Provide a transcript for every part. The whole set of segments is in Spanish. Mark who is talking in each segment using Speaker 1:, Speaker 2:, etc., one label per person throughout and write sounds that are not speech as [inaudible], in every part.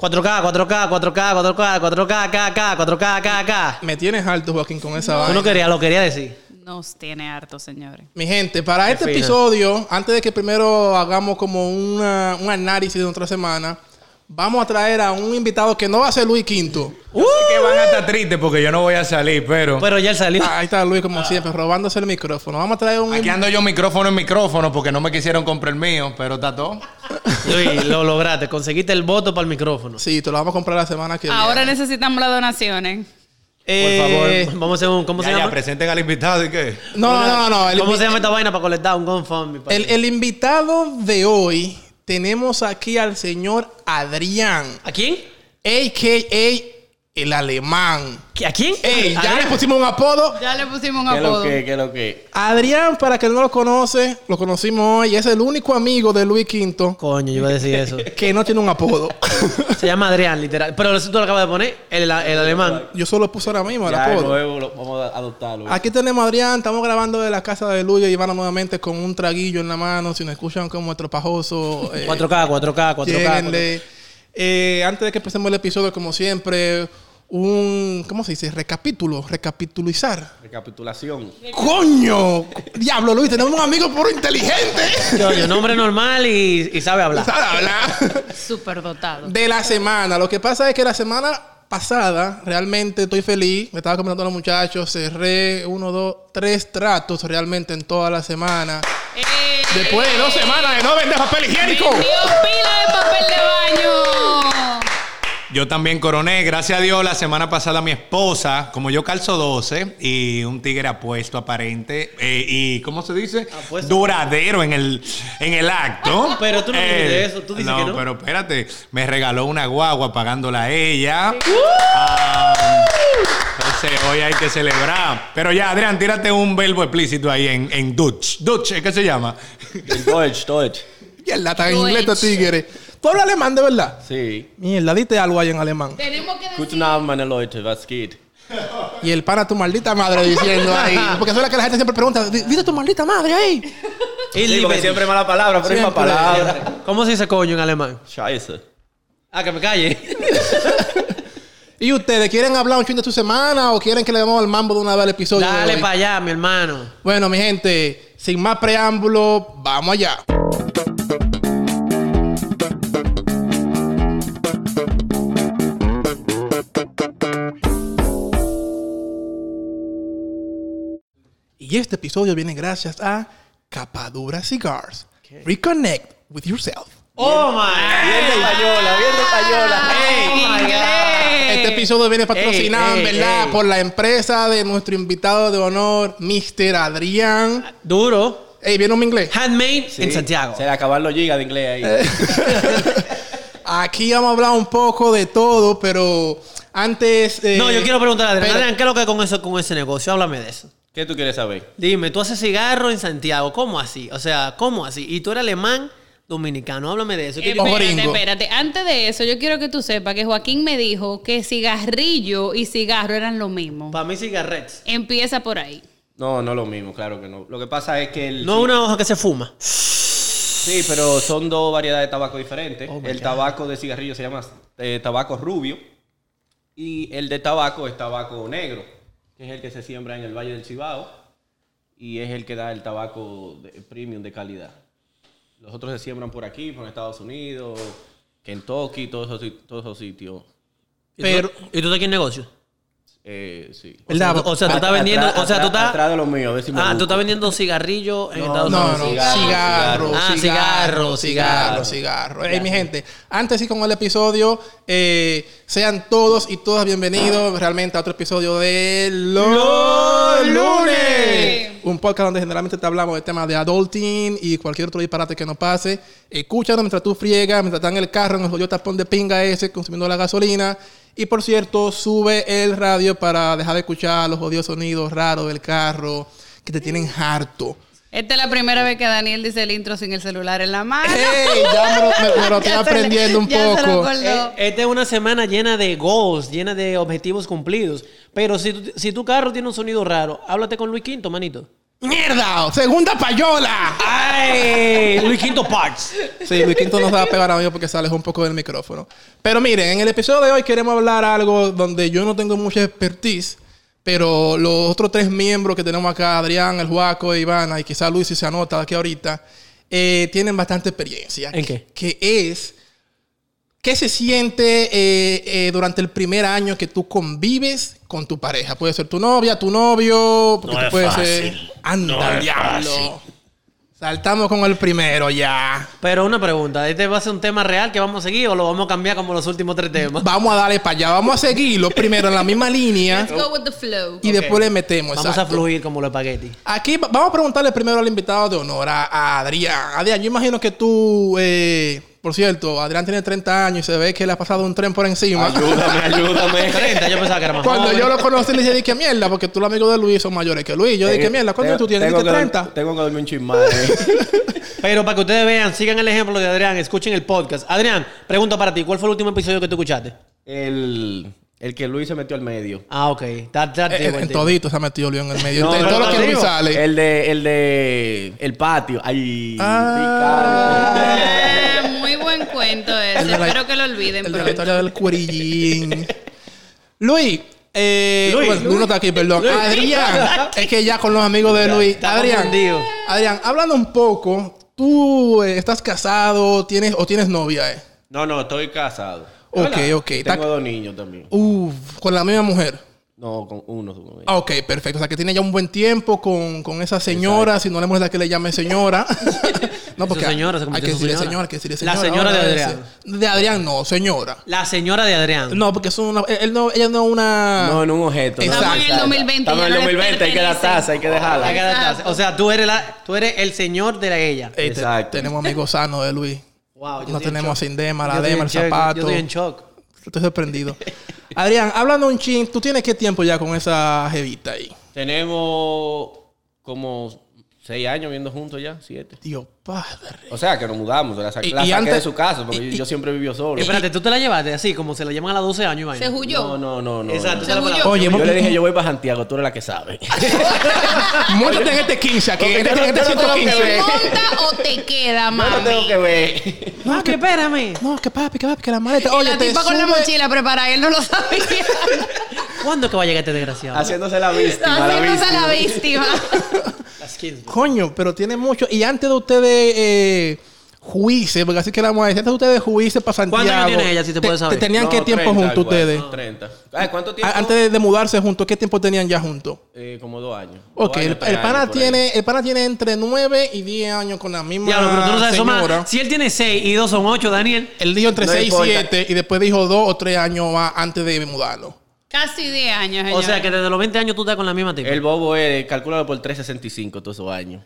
Speaker 1: 4K, 4K, 4K, 4K, 4K, KK, 4K, KK.
Speaker 2: Me tienes alto, Joaquín, con esa
Speaker 1: Tú
Speaker 2: vaina.
Speaker 1: no querías, lo quería decir.
Speaker 3: Nos tiene hartos, señores.
Speaker 2: Mi gente, para este
Speaker 1: fino.
Speaker 2: episodio, antes de que primero hagamos como una, un análisis de otra semana, vamos a traer a un invitado que no va a ser Luis Quinto.
Speaker 4: que van a estar tristes porque yo no voy a salir, pero.
Speaker 1: Pero ya él salió. [laughs]
Speaker 2: Ah, Ahí está Luis, como siempre, robándose el micrófono. Vamos a traer un...
Speaker 4: Aquí ando yo micrófono en micrófono porque no me quisieron comprar el mío, pero está todo.
Speaker 1: Luis, lo lograste. Conseguiste el voto para el micrófono.
Speaker 2: Sí, te lo vamos a comprar la semana que
Speaker 3: Ahora
Speaker 2: viene.
Speaker 3: necesitamos las donaciones.
Speaker 1: Eh,
Speaker 4: favor.
Speaker 1: Vamos a hacer un. ¿Cómo
Speaker 4: Ya,
Speaker 1: se
Speaker 4: ya,
Speaker 1: llama?
Speaker 4: presenten al invitado y qué.
Speaker 2: No, no, no, no. El,
Speaker 1: ¿Cómo se llama esta vaina para colectar un GoFundMe? para-
Speaker 2: el- el invitado de hoy, tenemos aquí al señor Adrián,
Speaker 1: ¿A quién?
Speaker 2: a.k.a. el alemán.
Speaker 1: ¿A quién?
Speaker 2: Ey,
Speaker 1: ¿A
Speaker 2: ya
Speaker 1: Adrián?
Speaker 2: le pusimos un apodo.
Speaker 3: Ya le pusimos un
Speaker 5: ¿Qué es lo
Speaker 3: apodo.
Speaker 5: que? ¿Qué es lo que?
Speaker 2: Adrián, para que no lo conoce, lo conocimos hoy. Es el único amigo de Luis Quinto
Speaker 1: Coño, yo iba a decir eso.
Speaker 2: que no tiene un apodo. [laughs]
Speaker 1: Se llama Adrián, literal. Pero tú lo acabas de poner, el, el alemán.
Speaker 2: Yo solo puse ahora mismo el
Speaker 5: Ya, de
Speaker 2: apodo.
Speaker 5: nuevo lo- vamos a adoptarlo.
Speaker 2: Aquí tenemos a Adrián, estamos grabando de la casa de Luis y Ivana nuevamente con un traguillo en la mano. Si nos escuchan como estropajoso, eh,
Speaker 1: 4K, 4K, 4K.
Speaker 2: lléguenle. Eh, antes de que empecemos el episodio, como siempre, un. ¿Cómo se dice? Recapítulo, recapitulizar.
Speaker 5: Recapitulación.
Speaker 2: ¡Coño! Diablo, Luis, tenemos un amigo puro [laughs] inteligente.
Speaker 1: Coño, nombre normal y, y sabe hablar.
Speaker 2: Sabe hablar.
Speaker 3: Súper dotado.
Speaker 2: De la semana. Lo que pasa es que la semana pasada realmente estoy feliz. Me estaba comentando a los muchachos. Cerré uno, dos, tres tratos realmente en toda la semana.
Speaker 3: ¡Eh!
Speaker 2: Después de dos semanas de no vender papel higiénico.
Speaker 3: ¡Vendió pila de papel de baño!
Speaker 4: Yo también coroné, gracias a Dios, la semana pasada mi esposa, como yo calzo 12 y un tigre apuesto aparente eh, y, ¿cómo se dice?
Speaker 1: Apuesto.
Speaker 4: Duradero en el, en el acto.
Speaker 1: [laughs]
Speaker 4: Eh,
Speaker 1: Pero tú no dijiste eso, tú dices que no.
Speaker 4: pero espérate, me regaló una guagua pagándola a ella. Ah, entonces hoy hay que celebrar. Pero ya, Adrián, tírate un verbo explícito ahí en, en Dutch. Dutch, ¿qué se llama?
Speaker 5: Deutsch, Deutsch.
Speaker 2: Mierda, está en
Speaker 3: Lo he
Speaker 2: inglés, este
Speaker 3: hecho.
Speaker 2: tigre. ¿Tú hablas alemán de verdad?
Speaker 5: Sí.
Speaker 2: Mierda, dite algo ahí en alemán.
Speaker 3: Tenemos que
Speaker 5: Guten
Speaker 3: decir...
Speaker 5: Abend, meine Leute. Was geht?
Speaker 2: Y el pana tu maldita madre diciendo
Speaker 3: [laughs]
Speaker 2: ahí. Porque eso es lo que la gente siempre pregunta. "Di- Dite tu maldita madre ahí.
Speaker 1: Y
Speaker 5: Sí, porque
Speaker 1: Liberty.
Speaker 5: siempre es mala palabra, pero es mala
Speaker 2: Siempre.
Speaker 5: palabra.
Speaker 1: ¿Cómo se dice coño en alemán?
Speaker 5: Scheiße.
Speaker 1: Ah, que me calle.
Speaker 2: ¿Y ustedes quieren hablar un ching de tu semana o quieren que le demos al mambo de una vez el episodio? de
Speaker 1: Dale
Speaker 2: hoy?
Speaker 1: para allá, mi hermano.
Speaker 2: Bueno, mi gente, sin más preámbulo, vamos allá. Y este episodio viene gracias a Capadura Cigars. Reconnect with yourself.
Speaker 1: Oh my.
Speaker 5: Bien española, bien española.
Speaker 1: Ey,
Speaker 3: ¡En
Speaker 1: my
Speaker 3: inglés!
Speaker 2: Oh Este episodio viene patrocinado,
Speaker 1: ey,
Speaker 2: ¿verdad?
Speaker 1: ey.
Speaker 2: Por la empresa de nuestro invitado de honor, Mr. Adrián.
Speaker 1: Duro.
Speaker 2: Ey, ¿vieron mi inglés?
Speaker 1: Handmade
Speaker 5: Sí.
Speaker 1: en Santiago. Eh.
Speaker 5: Se le acabaron los gigas de inglés ahí.
Speaker 2: [laughs] Aquí vamos a hablar un poco de todo, pero antes. eh,
Speaker 1: No, yo quiero preguntar a Adrián.
Speaker 2: espera.
Speaker 1: Adrián, ¿qué es lo que con eso, con ese negocio? Háblame de eso.
Speaker 5: ¿Qué tú quieres saber?
Speaker 1: Dime, tú haces cigarro en Santiago, ¿cómo así? O sea, ¿cómo así? Y tú eres alemán dominicano, háblame de eso. ¿Qué-
Speaker 2: Eh, Ojo
Speaker 3: Espérate,
Speaker 2: gringo.
Speaker 3: espérate. Antes de eso, yo quiero que tú sepas que Joaquín me dijo que cigarrillo y cigarro eran lo mismo.
Speaker 1: Para mí cigarretes.
Speaker 3: Empieza por ahí.
Speaker 5: No, no lo mismo, claro que no. Lo que pasa es que el.
Speaker 1: No es una hoja que se fuma.
Speaker 5: Sí, pero son dos variedades de tabaco diferentes. el tabaco de cigarrillo se llama eh, tabaco rubio y el de tabaco es tabaco negro, que es el que se siembra en el Valle del Cibao y es el que da el tabaco de- premium de calidad. Los otros se siembran por aquí, por Estados Unidos, Kentucky, todos esos, sit- todos esos sitios.
Speaker 1: ¿Y
Speaker 2: Pero-
Speaker 1: tú- ¿Y tú estás aquí en negocio?
Speaker 5: Eh, sí.
Speaker 1: O sea, tú- o sea, tú estás
Speaker 5: At-
Speaker 1: vendiendo...
Speaker 5: atrás-
Speaker 1: O sea, tú
Speaker 5: atrás-
Speaker 1: estás...
Speaker 5: Atrás de lo mío, a ver si me
Speaker 1: Ah, tú
Speaker 5: busco.
Speaker 1: estás vendiendo cigarrillos en
Speaker 5: No,
Speaker 1: Estados
Speaker 2: No,
Speaker 1: Unidos.
Speaker 2: no, cigarro,
Speaker 5: Cigarro.
Speaker 1: Ah,
Speaker 2: cigarro,
Speaker 1: cigarro,
Speaker 2: cigarro,
Speaker 1: cigarro.
Speaker 2: cigarro. Ey, mi gente, antes sí con el episodio, eh, sean todos y todas bienvenidos realmente a otro episodio de Los Lunes. Un podcast donde generalmente te hablamos de temas de adulting y cualquier otro disparate que nos pase. Escúchanos mientras tú friegas, mientras estás en el carro, en el jodido tapón de pinga ese, consumiendo la gasolina. Y por cierto, sube el radio para dejar de escuchar los jodidos sonidos raros del carro que te tienen harto.
Speaker 3: Esta es la primera vez que Daniel dice el intro sin el celular en la mano.
Speaker 2: ¡Ey! Ya me lo, me- me lo Eh, estoy
Speaker 3: [laughs] Ya se le-
Speaker 2: aprendiendo un
Speaker 3: ya se lo
Speaker 2: poco.
Speaker 3: acordó.
Speaker 1: Eh, Esta es una semana llena de goals, llena de objetivos cumplidos. Pero si, tu- si tu carro tiene un sonido raro, háblate con Luis Quinto, manito.
Speaker 2: ¡Mierda! ¡Segunda payola!
Speaker 5: ¡Ay! Luis Quinto Parks.
Speaker 2: Sí, Luis Quinto no se va a pegar a mí porque se alejó un poco del micrófono. Pero miren, en el episodio de hoy queremos hablar algo donde yo no tengo mucha expertise, pero los otros tres miembros que tenemos acá, Adrián, el Juaco, Ivana y quizá Luis si se anota aquí ahorita, eh, tienen bastante experiencia.
Speaker 1: ¿En qué?
Speaker 2: Que es, ¿qué se siente eh, eh, durante el primer año que tú convives con tu pareja? Puede ser tu novia, tu novio, porque
Speaker 6: No
Speaker 2: tú
Speaker 6: es
Speaker 2: puedes
Speaker 6: fácil.
Speaker 2: ser... ¡Anda,
Speaker 6: No es
Speaker 2: diablo!
Speaker 6: fácil.
Speaker 2: Saltamos con el primero ya.
Speaker 1: Pero una pregunta, ¿este va a ser un tema real que vamos a seguir o lo vamos a cambiar como los últimos tres temas?
Speaker 2: Vamos a darle para allá. Vamos a seguirlo primero en la misma línea
Speaker 3: [laughs] Let's go with the flow.
Speaker 2: y después le metemos.
Speaker 1: Vamos a
Speaker 2: exacto.
Speaker 1: fluir como los
Speaker 2: [laughs]
Speaker 1: espaguetis.
Speaker 2: Aquí va- vamos a preguntarle primero al invitado de honor, a, a Adrián. Adrián, yo imagino que tú, eh, por cierto, Adrián tiene 30 años y se ve que le ha pasado un tren por encima.
Speaker 5: Ayúdame, ayúdame.
Speaker 1: 30, yo pensaba que era más
Speaker 2: [laughs] Cuando
Speaker 1: joven.
Speaker 2: yo lo conocí le dije, di que mierda, porque tú los amigos de Luis son mayores que Luis. Yo dije, mierda, ¿cuánto tú tienes?
Speaker 5: Tengo
Speaker 2: Dije,
Speaker 5: que dormir-
Speaker 2: 30.
Speaker 5: Tengo que dormir un chismán. eh.
Speaker 1: Pero para que ustedes vean, sigan el ejemplo de Adrián, escuchen el podcast. Adrián, pregunta para ti, ¿cuál fue el último episodio que tú escuchaste?
Speaker 5: El, el que Luis se metió al medio.
Speaker 1: Ah, ok. Está está
Speaker 2: En,
Speaker 1: activo
Speaker 2: en
Speaker 1: el tema.
Speaker 2: todito se ha metido Luis en el medio.
Speaker 5: No,
Speaker 2: en
Speaker 5: no,
Speaker 2: todo
Speaker 5: no,
Speaker 2: lo que
Speaker 5: no,
Speaker 2: Luis
Speaker 5: digo,
Speaker 2: sale.
Speaker 5: El de, el de el patio. Ay,
Speaker 2: Ah.
Speaker 3: Ah, muy buen cuento
Speaker 2: El
Speaker 3: ese.
Speaker 2: de la-
Speaker 3: Espero que lo olviden
Speaker 2: El de la
Speaker 3: pronto.
Speaker 2: historia del cuerillín. [laughs] Luis. Eh,
Speaker 1: Luis,
Speaker 2: bueno, Luis no está aquí, perdón.
Speaker 1: [laughs]
Speaker 2: Adrián. Es que ya con los amigos de Luis.
Speaker 1: está
Speaker 2: Adrián.
Speaker 1: confundido.
Speaker 2: Adrián, hablando un poco. Tú eh, estás casado tienes, o tienes novia, eh.
Speaker 5: Ricardo. No, no, estoy casado.
Speaker 2: Ok,
Speaker 5: Hola.
Speaker 2: ok. Ta-
Speaker 5: Tengo dos niños también.
Speaker 2: Uf, con la misma mujer.
Speaker 5: No, con uno. con-
Speaker 2: Ah, ok, perfecto. O sea, que tiene ya un buen tiempo con, con esa señora. Si no le molesta que le
Speaker 1: [laughs]
Speaker 2: llame señora. no, porque ah,
Speaker 1: Su señora, se
Speaker 2: hay
Speaker 1: convirtió
Speaker 2: que
Speaker 1: en su
Speaker 2: decirle
Speaker 1: señora.
Speaker 2: señora, hay que decirle
Speaker 1: La
Speaker 2: señora.
Speaker 1: señora de
Speaker 2: ahora ese.
Speaker 1: Adrián.
Speaker 2: De Adrián no, señora.
Speaker 1: La señora de Adrián.
Speaker 2: No, porque es una, él no, ella no es una...
Speaker 5: No, en un objeto. no.
Speaker 2: Estamos en el
Speaker 3: 2020,
Speaker 5: Estamos en
Speaker 3: ya
Speaker 5: el
Speaker 3: no les
Speaker 5: 2020, hay que dar
Speaker 3: pertenece.
Speaker 5: taza, hay que
Speaker 1: Hay que
Speaker 5: dejarla.
Speaker 1: adaptarse. O sea, tú eres, la, tú eres el señor de la ella.
Speaker 2: Ey, te-
Speaker 5: Exacto.
Speaker 2: tenemos amigos sanos de Luis.
Speaker 1: Wow, yo
Speaker 2: no
Speaker 1: estoy en
Speaker 2: tenemos
Speaker 1: shock.
Speaker 2: sin dema, la
Speaker 1: Yo estoy
Speaker 2: dema,
Speaker 1: en
Speaker 2: el
Speaker 1: shock, Yo
Speaker 2: zapato.
Speaker 1: estoy en shock.
Speaker 2: Estoy sorprendido. Adrián, hablando un chin, ¿tú tienes qué tiempo ya con esa jevita ahí?
Speaker 5: Tenemos como seis años viviendo juntos ya, siete.
Speaker 2: Dios padre.
Speaker 5: O sea, que nos mudamos. La, sa-
Speaker 2: Y-
Speaker 5: la
Speaker 2: y
Speaker 5: saqué
Speaker 2: antes-
Speaker 5: de su casa, porque
Speaker 2: y-
Speaker 5: yo, yo siempre vivió solo.
Speaker 1: Eh, Espérate, tú te la llevaste así, como se la llaman a las 12 años,
Speaker 3: Se
Speaker 1: vaina.
Speaker 3: huyó.
Speaker 5: no, no, no, no.
Speaker 1: Exacto,
Speaker 5: no.
Speaker 1: esa es la
Speaker 3: Según yo.
Speaker 1: palabra.
Speaker 2: Oye,
Speaker 5: Yo le
Speaker 2: mo-
Speaker 5: dije, yo voy para Santiago, tú eres la que sabe.
Speaker 2: montate en este 15 aquí, en este, en este
Speaker 5: Yo no tengo que
Speaker 2: 115.
Speaker 5: ver.
Speaker 3: ¿Monta o te queda,
Speaker 5: No lo tengo
Speaker 3: mami?
Speaker 5: que ver.
Speaker 1: No, que espérame.
Speaker 2: No, que papi, que papi, que la maleta. Oye,
Speaker 3: la
Speaker 2: te
Speaker 3: tipa con la
Speaker 2: sube-
Speaker 3: mochila preparada, él no lo
Speaker 5: [laughs]
Speaker 3: sabía.
Speaker 1: ¿Cuándo que va a llegar este desgraciado?
Speaker 5: Haciéndose la víctima, la
Speaker 3: Haciéndose
Speaker 5: víctima.
Speaker 3: la víctima.
Speaker 1: Las 15.
Speaker 2: Coño, pero tiene mucho. Y antes de ustedes eh, juice, porque así que la vamos a decir, antes de ustedes juice para Santiago.
Speaker 1: ¿Cuántos años tiene ella, si te puedes saber?
Speaker 2: ¿Tenían
Speaker 5: No,
Speaker 2: qué tiempo
Speaker 5: 30
Speaker 2: juntos
Speaker 5: igual,
Speaker 2: ustedes?
Speaker 5: no, 30. Ay, ¿Cuánto tiempo?
Speaker 2: A- Antes de, de mudarse juntos, ¿qué tiempo tenían ya juntos?
Speaker 5: Eh, como dos años. Dos
Speaker 2: Ok,
Speaker 5: años,
Speaker 2: el,
Speaker 5: tres
Speaker 2: el pana
Speaker 5: años, por ahí.
Speaker 2: tiene, el pana tiene entre 9 y 10 años con la misma
Speaker 1: Diablo, pero tú no sabes
Speaker 2: señora.
Speaker 1: sumar. Si él tiene 6 y 2 son 8, Daniel.
Speaker 2: Él dijo entre
Speaker 5: No
Speaker 2: 6 y
Speaker 5: importa.
Speaker 2: 7 y después dijo 2 o 3 años más antes de mudarlo.
Speaker 3: Casi 10 años,
Speaker 1: O
Speaker 3: señor.
Speaker 1: sea, que desde los 20 años tú estás con la misma tipa.
Speaker 5: El bobo es, calculado por 365 todos esos años.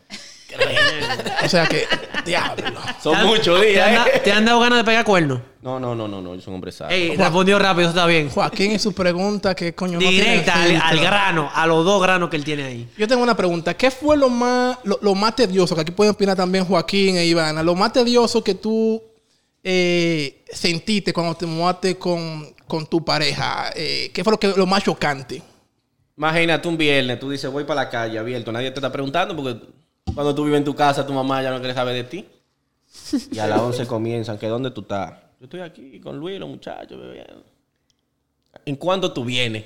Speaker 2: O sea que, [laughs] diablo.
Speaker 1: Te
Speaker 5: Son
Speaker 1: han-
Speaker 5: muchos
Speaker 1: te han
Speaker 5: días,
Speaker 1: da-
Speaker 5: ¿eh?
Speaker 1: Te han dado ganas de pegar cuernos.
Speaker 5: No, no, no, no, no, yo soy un hombre sabio.
Speaker 1: Ey, respondió rápido, eso está bien.
Speaker 2: Joaquín y su pregunta, que coño no tiene
Speaker 1: Directa al,
Speaker 2: filtro.
Speaker 1: al grano, a los dos granos que él tiene ahí.
Speaker 2: Yo tengo una pregunta. ¿Qué fue lo más, lo, lo más tedioso? Que aquí pueden opinar también Joaquín e Ivana. Lo más tedioso que tú eh, sentiste cuando te mudaste con, con tu pareja. Eh, ¿Qué fue lo, que, lo más chocante?
Speaker 5: Imagínate un viernes, tú dices, voy para la calle abierto, nadie te está preguntando porque cuando tú vives en tu casa, tu mamá ya no quiere saber de ti. Y a las 11 comienzan, que dónde tú estás. Yo estoy aquí con Luis, los muchachos, bebiendo. ¿En cuándo tú vienes?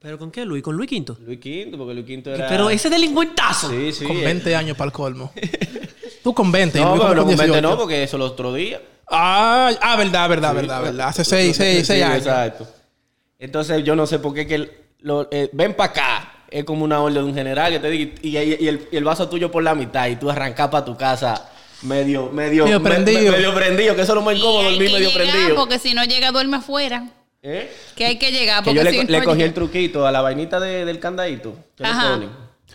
Speaker 1: ¿Pero con qué, Luis? ¿Con Luis Quinto?
Speaker 5: Luis Quinto, porque Luis Quinto era...
Speaker 1: Pero ese delincuentazo.
Speaker 5: Sí, sí.
Speaker 2: con
Speaker 5: eh.
Speaker 2: 20 años para el colmo. [laughs] Tú con 20.
Speaker 5: No,
Speaker 2: yo
Speaker 5: pero no,
Speaker 2: con
Speaker 5: con 20
Speaker 2: 18.
Speaker 5: no, porque eh, eso el otro día.
Speaker 2: Ah, ah, verdad, verdad, verdad, verdad. Hace 6, 6,
Speaker 5: Sí,
Speaker 2: 6 años.
Speaker 5: Exacto. Entonces yo no sé por qué que el- lo- eh, ven para acá. Es como una orden de un general que te diga, y, y- y el, y el vaso tuyo por la mitad y tú arrancas para tu casa medio, medio,
Speaker 2: Medio
Speaker 5: me-
Speaker 2: prendido.
Speaker 5: me- medio prendido, que eso es lo más incómodo,
Speaker 3: hay
Speaker 5: dormir
Speaker 3: que
Speaker 5: medio
Speaker 3: llegar,
Speaker 5: prendido.
Speaker 3: porque si no llega, duerme afuera.
Speaker 5: ¿Eh?
Speaker 3: Que hay que llegar,
Speaker 5: Que
Speaker 3: porque
Speaker 5: yo le,
Speaker 3: si
Speaker 5: co-
Speaker 3: no
Speaker 5: le cogí
Speaker 3: llega-
Speaker 5: el truquito a la vainita de- del candadito que le
Speaker 3: Ajá.
Speaker 5: ponen,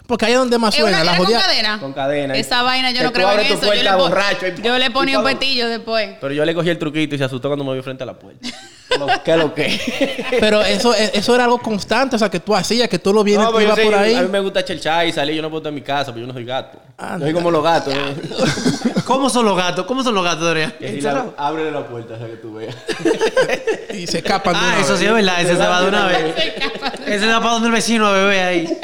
Speaker 2: Porque ahí es donde más
Speaker 3: ¿Es
Speaker 2: suena.
Speaker 3: una
Speaker 2: la
Speaker 3: era con
Speaker 2: jodida-
Speaker 3: cadena?
Speaker 5: con cadena.
Speaker 3: Esa vaina yo
Speaker 5: Que
Speaker 3: no
Speaker 5: tú
Speaker 3: creo en
Speaker 5: abres tu
Speaker 3: eso.
Speaker 5: puerta
Speaker 3: yo, le pon-
Speaker 5: borracho y-
Speaker 3: yo le
Speaker 5: y
Speaker 3: ponía un
Speaker 5: todo.
Speaker 3: petillo después.
Speaker 5: Pero yo le cogí el truquito y se asustó cuando me vio frente a la puerta. Lo- ¿Qué lo
Speaker 3: [laughs]
Speaker 5: que?
Speaker 2: Pero eso, eh, eso era algo constante. O sea, que tú hacías, que tú lo vienes,
Speaker 5: No,
Speaker 2: tú
Speaker 5: pero yo
Speaker 2: ibas
Speaker 5: sé,
Speaker 2: por ahí. Ah,
Speaker 5: A mí me gusta chelchar y salir. Yo no puedo estar en mi casa, pero yo no soy gato.
Speaker 2: Anda.
Speaker 5: yo soy como los gatos. ¿eh?
Speaker 1: ¿Cómo son los gatos? ¿Cómo son los gatos, Adrián? Ah,
Speaker 5: Que si la- ábrele la puerta para que tú
Speaker 2: [laughs]
Speaker 5: veas.
Speaker 2: Y se escapan de
Speaker 1: Ah,
Speaker 2: una
Speaker 1: eso
Speaker 2: vez.
Speaker 3: [laughs]
Speaker 1: sí es verdad, ese se va de una vez. Ese se va para donde el vecino a beber ahí.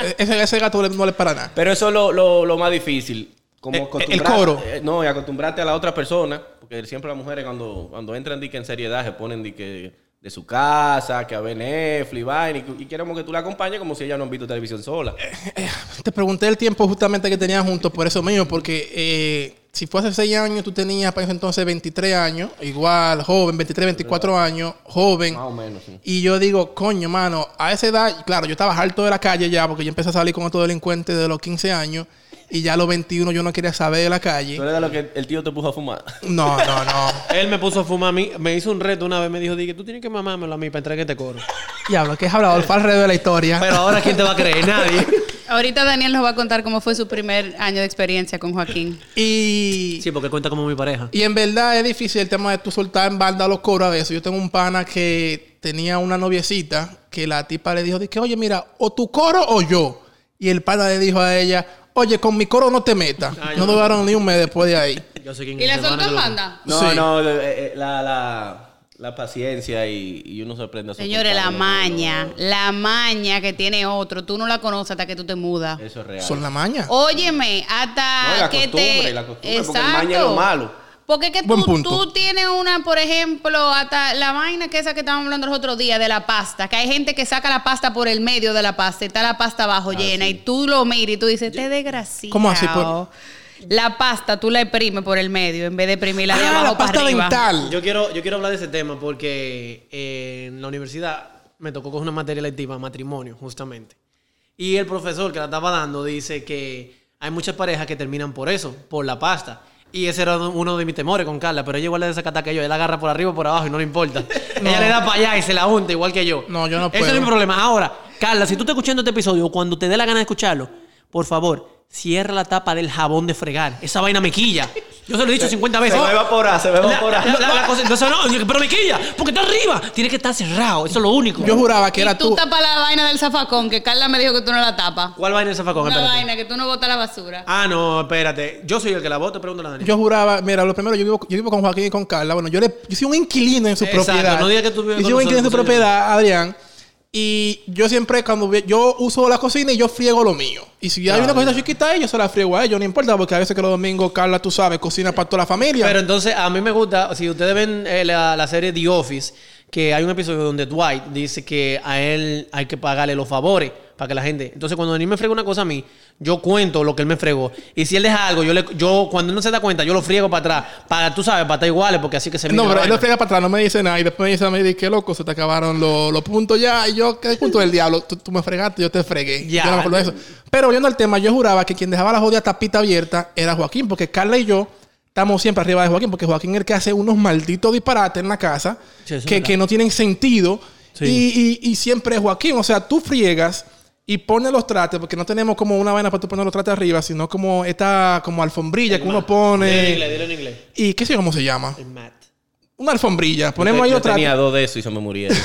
Speaker 2: E, Ese, ese gato no le para nada.
Speaker 5: Pero eso es lo, lo- lo más difícil. Como
Speaker 2: Eh, eh, el
Speaker 5: acostumbrar-
Speaker 2: coro.
Speaker 5: eh, no, y acostumbrarte a la otra persona. Porque siempre las mujeres cuando, cuando entran di que en seriedad se ponen di que de su casa, que a ver Netflix, vaina, y, que- y queremos que tú la acompañes como si ella no han visto televisión sola.
Speaker 2: Eh. Te pregunté el tiempo justamente que tenías juntos por eso mismo, porque eh, si fue hace 6 años, tú tenías para ese entonces 23 años, igual, joven, 23, 24 años, joven.
Speaker 5: Más o menos, sí.
Speaker 2: Y yo digo, coño, mano, a esa edad, claro, yo estaba harto de la calle ya, porque yo empecé a salir con estos delincuentes de los 15 años, y ya a los 21 yo no quería saber de la calle.
Speaker 5: Tú eres de lo que el tío te puso a fumar.
Speaker 2: No, no, no.
Speaker 1: [laughs] Él me puso a fumar a mí, me hizo un reto una vez, me dijo, dije, tú tienes que mamármelo a mí para entrar en este coro.
Speaker 2: Diablo, que es hablador, fue alrededor de la historia.
Speaker 1: Pero ahora, ¿quién te va a creer? Nadie.
Speaker 3: Ahorita Daniel nos va a contar cómo fue su primer año de experiencia con Joaquín.
Speaker 2: y...
Speaker 1: Sí, porque cuenta como mi pareja.
Speaker 2: Y en verdad es difícil el tema de tú soltar en banda los coros a veces. Yo tengo un pana que tenía una noviecita que la tipa le dijo, que oye, mira, o tu coro o yo. Y el pana le dijo a ella, oye, con mi coro no te metas.
Speaker 1: Ay,
Speaker 2: no
Speaker 1: no.
Speaker 2: duraron ni un mes después de ahí.
Speaker 1: Yo sé quién
Speaker 3: ¿Y
Speaker 1: es,
Speaker 3: la
Speaker 1: hermano,
Speaker 3: soltó
Speaker 1: que
Speaker 3: en
Speaker 1: lo-
Speaker 3: banda?
Speaker 5: No,
Speaker 2: Sí.
Speaker 5: no, eh, eh, la, la, la paciencia y, y uno se aprende a
Speaker 3: Señores, la
Speaker 5: soportar, ¿no?
Speaker 3: maña, la maña que tiene otro, tú no la conoces hasta que tú te mudas.
Speaker 5: Eso es real.
Speaker 2: Son la maña.
Speaker 3: Óyeme,
Speaker 5: No,
Speaker 3: hasta
Speaker 5: y la
Speaker 3: que
Speaker 5: costumbre,
Speaker 3: te...
Speaker 5: y la costumbre, porque el maña es lo malo.
Speaker 3: Porque es que
Speaker 2: Buen
Speaker 3: tú,
Speaker 2: punto.
Speaker 3: tú tienes una, por ejemplo, hasta la vaina que esa que estábamos hablando los otros días de la pasta, que hay gente que saca la pasta por el medio de la pasta, y está la pasta abajo
Speaker 5: Ah,
Speaker 3: llena, y tú lo miras y tú dices, te desgraciado.
Speaker 2: ¿Cómo así? Pues- Por-
Speaker 3: La pasta tú la exprimes por el medio en vez de exprimirla de
Speaker 2: Ah,
Speaker 3: abajo
Speaker 2: la pasta
Speaker 3: para arriba.
Speaker 2: dental.
Speaker 1: Yo quiero, yo quiero hablar de ese tema porque eh, en la universidad me tocó con una materia electiva, matrimonio, justamente. Y el profesor que la estaba dando dice que hay muchas parejas que terminan por eso, por la pasta. Y ese era uno de mis temores con Carla, pero ella igual le desacata que yo. Ella la agarra por arriba o por abajo y no le importa. Ella le da para allá y se la unta igual que yo.
Speaker 2: No, yo no
Speaker 1: Ese
Speaker 2: puedo.
Speaker 1: es mi problema. Ahora, Carla, si tú estás escuchando este episodio, cuando te dé la gana de escucharlo, por favor, cierra la tapa del jabón de fregar. Esa vaina me quilla. Yo se lo he dicho 50
Speaker 5: Se
Speaker 1: veces.
Speaker 5: va a evaporar, se va a
Speaker 1: La-
Speaker 5: evaporar.
Speaker 1: la- la- la cosa- entonces, no, pero me quilla, porque está arriba. Tiene que estar cerrado, eso es lo único.
Speaker 2: Yo juraba que
Speaker 3: Y
Speaker 2: era
Speaker 3: tú,
Speaker 2: tú.
Speaker 3: tapas la vaina del zafacón, que Carla me dijo que tú no la tapas.
Speaker 1: ¿Cuál vaina es el zafacón?
Speaker 3: Una
Speaker 1: Espérate.
Speaker 3: vaina que tú no botas la basura.
Speaker 1: Ah, no, espérate. Yo soy el que la voto, pregúntale a Daniel.
Speaker 2: Yo juraba, mira, lo primero, yo vivo, yo vivo con Joaquín y con Carla. Bueno, yo, le, yo soy un inquilino en su
Speaker 1: Exacto,
Speaker 2: propiedad.
Speaker 1: no digas que tú vives
Speaker 2: Yo soy
Speaker 1: con
Speaker 2: un inquilino en su
Speaker 1: nosotros,
Speaker 2: propiedad, Adrián. Y yo siempre, cuando ve- yo uso la cocina y yo friego lo mío. Y si hay una cosita chiquita ahí, yo se la friego a ellos, no importa, porque a veces que los domingos, Carla, tú sabes, cocina para toda la familia.
Speaker 1: Pero entonces, a mí me gusta, si ustedes ven eh, la, la serie The Office, que hay un episodio donde Dwight dice que a él hay que pagarle los favores para que la gente. Entonces, cuando Daniel me frega una cosa a mí, yo cuento lo que él me fregó. Y si él deja algo, yo le, yo cuando él no se da cuenta, yo lo friego para atrás. Para, tú sabes, para estar iguales, porque así que se mide
Speaker 2: no,
Speaker 1: la
Speaker 2: pero él
Speaker 1: vaina.
Speaker 2: lo friega para atrás, no me dice nada. Y después me dice a mí, dice, qué loco, se te acabaron los los puntos ya. Y yo, qué punto del diablo, tú, tú me fregaste, yo te fregué.
Speaker 1: Ya.
Speaker 2: Yo no me acuerdo de eso. Pero volviendo al tema, yo juraba que quien dejaba la jodida tapita abierta era Joaquín, porque Carla y yo estamos siempre arriba de Joaquín, porque Joaquín es el que hace unos malditos disparates en la casa
Speaker 1: Sí, eso es
Speaker 2: que,
Speaker 1: verdad.
Speaker 2: que no tienen sentido.
Speaker 1: Sí.
Speaker 2: Y, y- y siempre es Joaquín. O sea, tú friegas y pones los trates, porque no tenemos como una vaina para tú poner los trates arriba, sino como esta como alfombrilla que uno
Speaker 1: Dile en inglés,
Speaker 2: pone.
Speaker 1: dile en inglés.
Speaker 2: Y qué sé yo cómo se llama
Speaker 1: En Matt.
Speaker 2: una alfombrilla, ponemos
Speaker 5: yo,
Speaker 2: ahí
Speaker 5: yo
Speaker 2: otra.
Speaker 5: tenía dos de eso y se me murieron.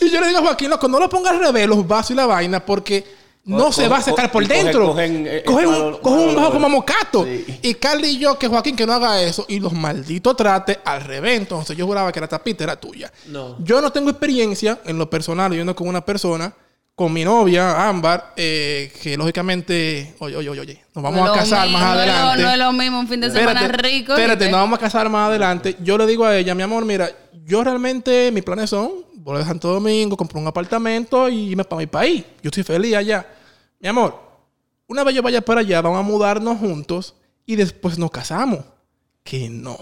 Speaker 2: Y yo le digo a Joaquín, loco, no lo ponga al revés, los vasos y la vaina, porque no
Speaker 5: Co-
Speaker 2: se va a sacar
Speaker 5: co-
Speaker 2: por
Speaker 5: y cogen-
Speaker 2: dentro.
Speaker 5: cogen, eh,
Speaker 2: Cogen un,
Speaker 5: malo-
Speaker 2: cogen un
Speaker 5: malo
Speaker 2: vaso
Speaker 5: olor.
Speaker 2: como mocato.
Speaker 5: Sí.
Speaker 2: Y Carly y yo, que Joaquín, que no haga eso, y los malditos trate al revés. Entonces yo juraba que la tapita era tuya.
Speaker 1: No.
Speaker 2: Yo no tengo experiencia en lo personal, yo ando con una persona. Con mi novia, Ámbar, eh, que lógicamente, oye, oye, oye, oye, nos vamos
Speaker 3: No
Speaker 2: a
Speaker 3: es lo
Speaker 2: casar
Speaker 3: mismo,
Speaker 2: más
Speaker 3: no es lo-
Speaker 2: adelante.
Speaker 3: No es lo mismo un fin de semana
Speaker 2: Espérate,
Speaker 3: rico.
Speaker 2: espérate,
Speaker 3: ¿viste?
Speaker 2: nos vamos a casar más adelante. Yo le digo a ella, mi amor, mira, yo realmente mis planes son volver a Santo Domingo, comprar un apartamento y irme para mi país. Yo estoy feliz allá. Mi amor, una vez yo vaya para allá, vamos a mudarnos juntos y después nos casamos. Que no.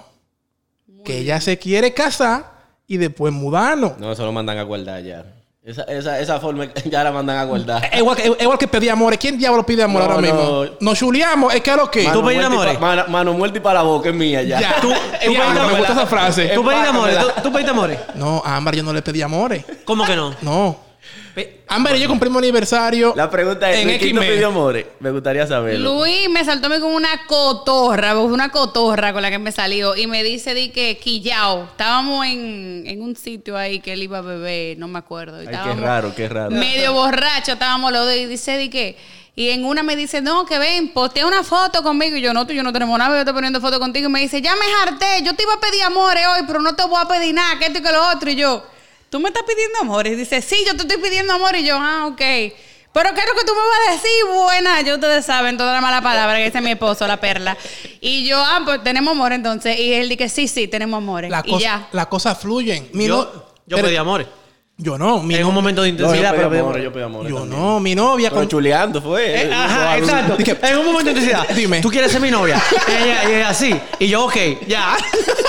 Speaker 2: que ella se quiere casar y después mudarnos.
Speaker 5: No, eso lo mandan a guardar ya. Esa, esa, esa forma [laughs] ya la mandan a guardar.
Speaker 1: Eh,
Speaker 2: Es Eh, Igual que, es igual que pedí amores. ¿Quién diablo pide amor
Speaker 5: No,
Speaker 2: ahora mismo?
Speaker 5: no.
Speaker 2: Nos chuleamos, es que lo que.
Speaker 1: Tú-
Speaker 5: Mano
Speaker 1: pedís
Speaker 5: muerta
Speaker 1: amores?
Speaker 5: y pa- mano, mano muerta y para la boca es mía ya. [laughs]
Speaker 2: Ya.
Speaker 1: Tú- tú
Speaker 2: Diablo,
Speaker 1: pediste
Speaker 2: me gusta
Speaker 1: amores.
Speaker 2: esa frase.
Speaker 1: Tú pediste amores,
Speaker 5: Empácamela.
Speaker 1: tú- tú pediste amores.
Speaker 2: No, Ámbar, yo no le pedí amores.
Speaker 1: ¿Cómo que no?
Speaker 2: No.
Speaker 1: Pe-
Speaker 2: Ámbar y yo cumplimos aniversario.
Speaker 5: La pregunta es,
Speaker 2: En
Speaker 5: ¿quién
Speaker 2: X-Men.
Speaker 5: pidió amores? Me gustaría saberlo.
Speaker 3: Luis me saltó a mí con una cotorra, una cotorra con la que me salió y me dice di que quillao. Estábamos en, en un sitio ahí que él iba a beber, no me acuerdo. y
Speaker 5: Ay, qué
Speaker 3: estábamos
Speaker 5: raro, qué raro.
Speaker 3: Medio borracho estábamos los dos y dice di que y en una me dice, no, que ven, postea una foto conmigo. Y yo, no, tú, yo no tenemos nada, yo estoy poniendo foto contigo. Y me dice, ya me harté, yo te iba a pedir amores hoy, pero no te voy a pedir nada, que esto y que lo otro. Y yo, ¿tú me estás pidiendo amores? Y dice, sí, yo te estoy pidiendo amores. Y yo, ah, ok. Pero ¿qué es lo que tú me vas a decir? Buena, yo ustedes saben toda la mala palabra que dice mi esposo, la perla. Y yo, ah, pues tenemos amor entonces. Y él dice, sí, sí, tenemos amores.
Speaker 2: La
Speaker 3: y
Speaker 2: cosa,
Speaker 3: ya.
Speaker 2: las cosas fluyen. Mi no-
Speaker 1: Yo, yo
Speaker 2: pero-
Speaker 1: pedí amores.
Speaker 2: Yo no. Mi
Speaker 1: En
Speaker 2: no-
Speaker 1: un momento de
Speaker 5: No, yo
Speaker 1: intensidad,
Speaker 5: pedí
Speaker 1: pero pedí
Speaker 5: amor,
Speaker 1: amores.
Speaker 5: yo pedí amor.
Speaker 2: Yo
Speaker 5: también.
Speaker 2: no. Mi novia.
Speaker 5: Pero
Speaker 2: Con,
Speaker 5: chuleando fue.
Speaker 1: Eh, ajá, exacto.
Speaker 2: Dije-
Speaker 1: En un momento de intensidad.
Speaker 2: [laughs] Dime.
Speaker 1: Tú quieres ser mi novia. [laughs] Y ella- y ella así. Y yo, ok,
Speaker 2: [laughs]
Speaker 1: ya.
Speaker 5: [laughs]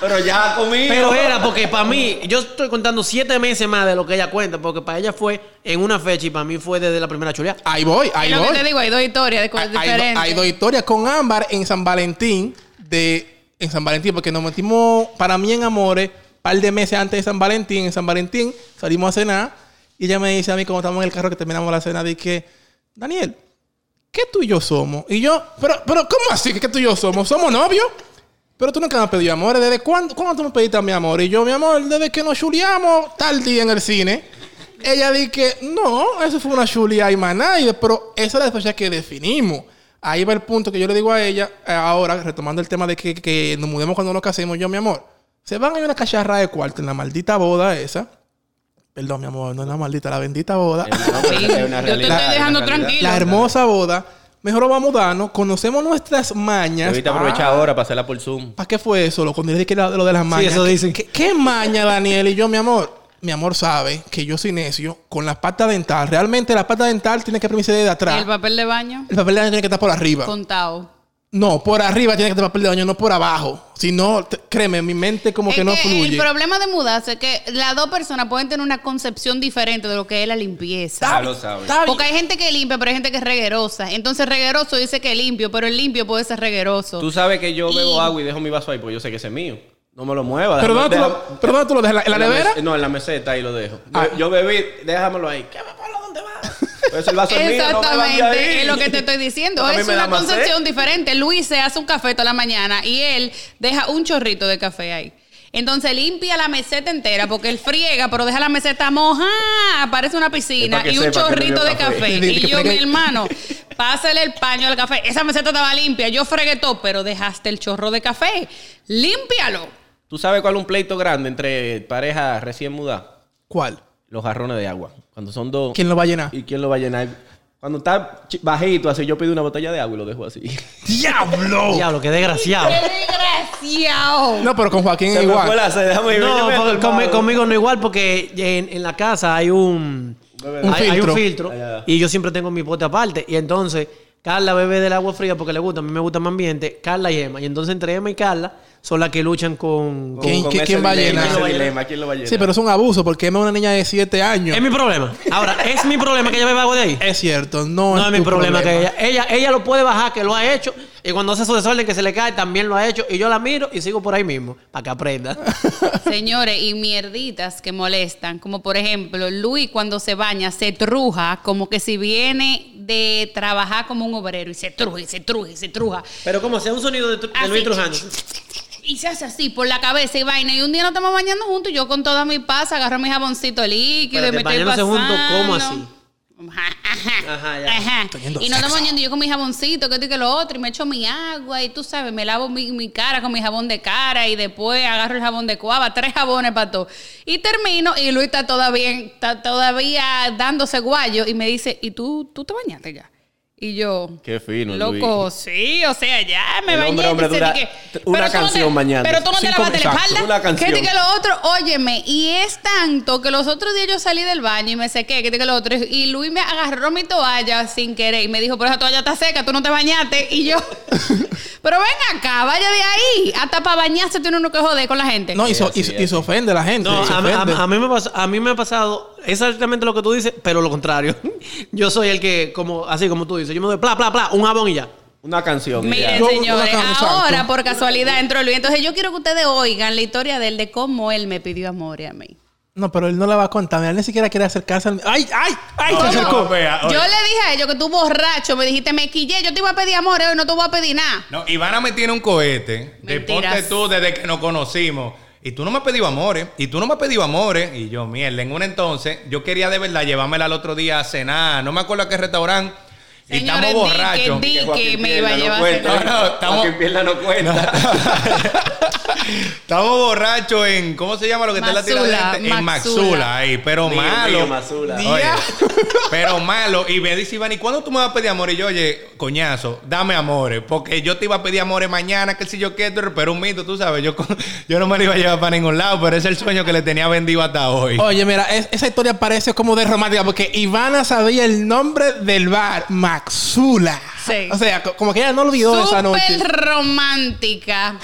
Speaker 5: Pero ya conmigo.
Speaker 1: Pero era porque para mí, yo estoy contando siete meses más de lo que ella cuenta, porque para ella fue en una fecha y para mí fue desde la primera chuleada.
Speaker 2: ahí voy, ahí
Speaker 3: Es lo
Speaker 2: voy.
Speaker 3: que te digo, hay dos historias de cosas
Speaker 2: Hay- hay, do-
Speaker 3: diferentes.
Speaker 2: hay dos historias con Ámbar en San Valentín de en San Valentín porque nos metimos para mí en amores par de meses antes de San Valentín en San Valentín salimos a cenar y ella me dice a mí cuando estamos en el carro que terminamos la cena de que Daniel ¿qué tú y yo somos? y yo pero pero ¿cómo así que qué tú y yo somos? ¿somos novios? pero tú nunca me has pedido amores ¿desde cuándo, cuándo tú me pediste a mi amor? y yo mi amor desde que nos chuleamos tal día en el cine ella dice que no, eso fue una chulia y maná, y- pero esa es la fecha que definimos. Ahí va el punto que yo le digo a ella, eh, ahora retomando el tema de que, que nos mudemos cuando nos casemos, yo, mi amor, se van a ir una cacharra de cuarto en la maldita boda esa. Perdón, mi amor, no es la maldita, la bendita boda.
Speaker 3: Sí, yo te estoy dejando tranquilo.
Speaker 2: la hermosa boda. Mejor vamos a darnos, conocemos nuestras mañas.
Speaker 5: Debiste aprovechar ahora para hacerla por Zoom.
Speaker 2: ¿Para qué fue eso? Lo, cuando yo dije que era lo de las mañas.
Speaker 1: eso
Speaker 2: ¿Qué-
Speaker 1: dicen.
Speaker 2: ¿Qué, qué maña, Daniel? Y yo, mi amor, mi amor sabe que yo soy necio con la pata dental. Realmente la pata dental tiene que permitirse desde atrás.
Speaker 3: El papel de baño
Speaker 2: El papel de baño tiene que estar por arriba.
Speaker 3: contado.
Speaker 2: No, por arriba tiene que estar el papel de baño, no por abajo. Si no, te- créeme, mi mente como
Speaker 3: Es
Speaker 2: que no
Speaker 3: El
Speaker 2: fluye.
Speaker 3: problema de mudarse es que las dos personas pueden tener una concepción diferente de lo que es la limpieza.
Speaker 5: Ya lo sabes.
Speaker 2: Está bien.
Speaker 3: Porque hay gente que limpia, pero hay gente que es reguerosa. Entonces, regueroso dice que limpio, pero el limpio puede ser regueroso.
Speaker 5: Tú sabes que yo
Speaker 3: Y-
Speaker 5: bebo agua y dejo mi vaso ahí, pues yo sé que ese es mío. No me lo muevas.
Speaker 2: ¿Pero dónde tú
Speaker 5: déjame-
Speaker 2: lo, pero dónde tú lo dejas? ¿En la, en la
Speaker 5: mes-
Speaker 2: nevera?
Speaker 5: No, en la meseta ahí lo dejo.
Speaker 2: Ah.
Speaker 5: Yo, yo bebí, déjamelo ahí. ¿Qué papá, dónde vas? Pero ese vaso Ah, es mío, no me vas de ahí.
Speaker 3: Exactamente, es lo que te estoy diciendo.
Speaker 5: Porque [laughs] a mí
Speaker 3: es
Speaker 5: me da
Speaker 3: una
Speaker 5: más
Speaker 3: concepción diferente. Luis se hace un café toda la mañana y él deja un chorrito de café ahí. Entonces limpia la meseta entera porque él friega, pero deja la meseta moja. Parece una
Speaker 5: Es
Speaker 3: piscina
Speaker 5: para que
Speaker 3: y un
Speaker 5: sepa que
Speaker 3: chorrito de
Speaker 5: bebió
Speaker 3: café.
Speaker 5: café. [laughs]
Speaker 2: Dice
Speaker 3: Y
Speaker 2: que
Speaker 3: yo,
Speaker 2: frega-
Speaker 3: mi hermano, pásale el paño al café. Esa meseta estaba limpia, yo fregué todo, pero dejaste el chorro de café. Límpialo.
Speaker 5: ¿Tú sabes cuál es un pleito grande entre parejas recién mudadas?
Speaker 2: ¿Cuál?
Speaker 5: Los jarrones de agua. Cuando son dos.
Speaker 2: ¿Quién lo va a llenar?
Speaker 5: ¿Y quién lo va a llenar? Cuando está chi- bajito, así yo pido una botella de agua y lo dejo así.
Speaker 2: ¡Diablo!
Speaker 1: Diablo, qué desgraciado.
Speaker 3: ¡Qué desgraciado!
Speaker 2: No, pero con Joaquín es
Speaker 5: Se me fue
Speaker 2: igual.
Speaker 5: la sed, déjame ir, yo
Speaker 1: No,
Speaker 5: me he
Speaker 1: porque conmi-
Speaker 5: tomado.
Speaker 1: conmigo no igual porque en, en la casa hay un,
Speaker 2: Un
Speaker 1: hay, hay
Speaker 2: filtro.
Speaker 1: un filtro
Speaker 5: Ah, ya.
Speaker 1: y yo siempre tengo mi bote aparte. Y entonces Carla bebe del agua fría porque le gusta, a mí me gusta más ambiente, Carla y Emma. Y entonces entre Emma y Carla son las que luchan con... con-
Speaker 2: ¿Quién- quién- quién va a
Speaker 5: dilema,
Speaker 2: llenar?
Speaker 5: ese dilema, ¿Quién lo va a llenar?
Speaker 2: Sí, pero es un abuso porque Emma es una niña de 7 años.
Speaker 1: Es mi problema. Ahora, ¿es mi problema que ella beba agua de ahí?
Speaker 2: Es cierto, no,
Speaker 1: No es mi
Speaker 2: tu
Speaker 1: problema, que ella, ella... Ella lo puede bajar, que lo ha hecho. Y cuando hace su desorden que se le cae, también lo ha hecho. Y yo la miro y sigo por ahí mismo para que aprenda.
Speaker 3: Señores, y mierditas que molestan, como por ejemplo, Luis cuando se baña se truja, como que si viene de trabajar como un obrero y se truja, y se truja, y se truja.
Speaker 1: Pero como sea un sonido de, tru- de
Speaker 3: Así.
Speaker 1: Luis Trujano.
Speaker 3: Y se hace así por la cabeza y vaina. Y un día nos estamos bañando juntos y yo con toda mi pasa agarro mi jaboncito líquido
Speaker 1: Espérate,
Speaker 3: y me estoy
Speaker 1: bañándose
Speaker 3: pasando.
Speaker 1: juntos, ¿cómo así?
Speaker 3: Ajá, [laughs] ajá,
Speaker 1: Ajá, ya.
Speaker 3: ajá.
Speaker 2: Teniendo
Speaker 3: Y no
Speaker 2: sexo.
Speaker 3: estamos bañando y yo con mi jaboncito, que esto y que lo otro, y me echo mi agua, y tú sabes, me lavo mi, mi cara con mi jabón de cara, y después agarro el jabón de cuava, tres jabones para todo. Y termino, y Luis está todavía, está todavía dándose guayo, y me dice, ¿y tú, tú te bañaste ya? Y yo,
Speaker 5: Qué fino,
Speaker 3: Loco,
Speaker 5: Luis.
Speaker 3: sí, o sea, ya me
Speaker 5: El
Speaker 3: bañé.
Speaker 5: hombre, hombre,
Speaker 3: dice,
Speaker 5: dura
Speaker 3: di que-
Speaker 5: t- una
Speaker 3: pero tú no
Speaker 5: canción
Speaker 3: te-
Speaker 5: bañándose.
Speaker 3: Pero tú no te
Speaker 2: Cinco
Speaker 3: lavaste la
Speaker 2: exactos.
Speaker 3: espalda.
Speaker 5: Una canción.
Speaker 3: Que di que lo otro, óyeme, y es tanto que los otros días yo salí del baño y me sequé, que di que lo otro, y Luis me agarró mi toalla sin querer y me dijo, pero esa toalla está seca, tú no te bañaste, y yo,
Speaker 5: [laughs]
Speaker 3: pero ven acá, vaya de ahí, hasta para bañarse tiene uno que joder con la gente.
Speaker 2: No, y, so-
Speaker 5: Sí,
Speaker 2: y
Speaker 5: así
Speaker 2: so-
Speaker 5: es.
Speaker 2: y se ofende la gente.
Speaker 1: No,
Speaker 2: se
Speaker 1: a, a-
Speaker 2: ofende.
Speaker 1: a mí me pas- a mí me ha pasado exactamente lo que tú dices, pero lo contrario. [laughs] Yo soy el que, como así como tú dices, yo me doy pla, pla, pla, un jabón y ya.
Speaker 5: Una canción. y ya.
Speaker 3: Miren,
Speaker 2: Yo-
Speaker 3: señores,
Speaker 2: una canción,
Speaker 3: ahora
Speaker 2: exacto.
Speaker 3: por casualidad entró Luis. Entonces yo quiero que ustedes oigan la historia de él, de cómo él me pidió amor a mí.
Speaker 2: No, pero él no la va a contar. Él ni siquiera quiere acercarse al. ¡Ay, ay! ¡Ay!
Speaker 4: No,
Speaker 2: se
Speaker 4: no,
Speaker 2: acercó.
Speaker 4: vea, oye.
Speaker 3: Yo le dije a ellos que tú borracho, me dijiste, me quillé, yo te iba a pedir amor, hoy no te voy a pedir nada.
Speaker 4: No, Ivana me tiene un cohete. De
Speaker 3: Mentiras.
Speaker 4: ponte tú desde que nos conocimos. Y tú no me has pedido amores. Y tú no me has pedido amores. Y yo, mierda, en un entonces, yo quería de verdad llevármela al otro día a cenar. No me acuerdo a qué restaurante. Y estamos borrachos.
Speaker 3: di que
Speaker 5: Joaquín
Speaker 3: me
Speaker 5: Pierna
Speaker 3: iba a
Speaker 5: no
Speaker 3: llevar.
Speaker 4: No,
Speaker 5: cuenta,
Speaker 4: no, estamos-
Speaker 5: Joaquín Pierna no cuenta.
Speaker 4: [laughs] Estamos borrachos en. ¿Cómo se llama lo que está en la
Speaker 3: Maxula,
Speaker 4: tira de
Speaker 3: Maxula.
Speaker 4: En Maxula, ahí. Pero
Speaker 5: Mío,
Speaker 4: malo.
Speaker 5: mío, Maxula.
Speaker 4: Oye,
Speaker 2: Día.
Speaker 4: [laughs] pero malo. Y me dice Iván, ¿y cuándo tú me vas a pedir amores? Y yo, oye, coñazo, dame amores. Porque yo te iba a pedir amores mañana, que si yo quiero, pero un mito, tú sabes. Yo, con- yo no me lo iba a llevar para ningún lado, pero ese es el sueño que le tenía vendido hasta hoy.
Speaker 2: Oye, mira, es- esa historia parece como de romántica porque Ivana sabía el nombre del bar, Maxula.
Speaker 3: Sí.
Speaker 2: O sea, co- como que ella no olvidó de esa noche.
Speaker 3: Súper romántica.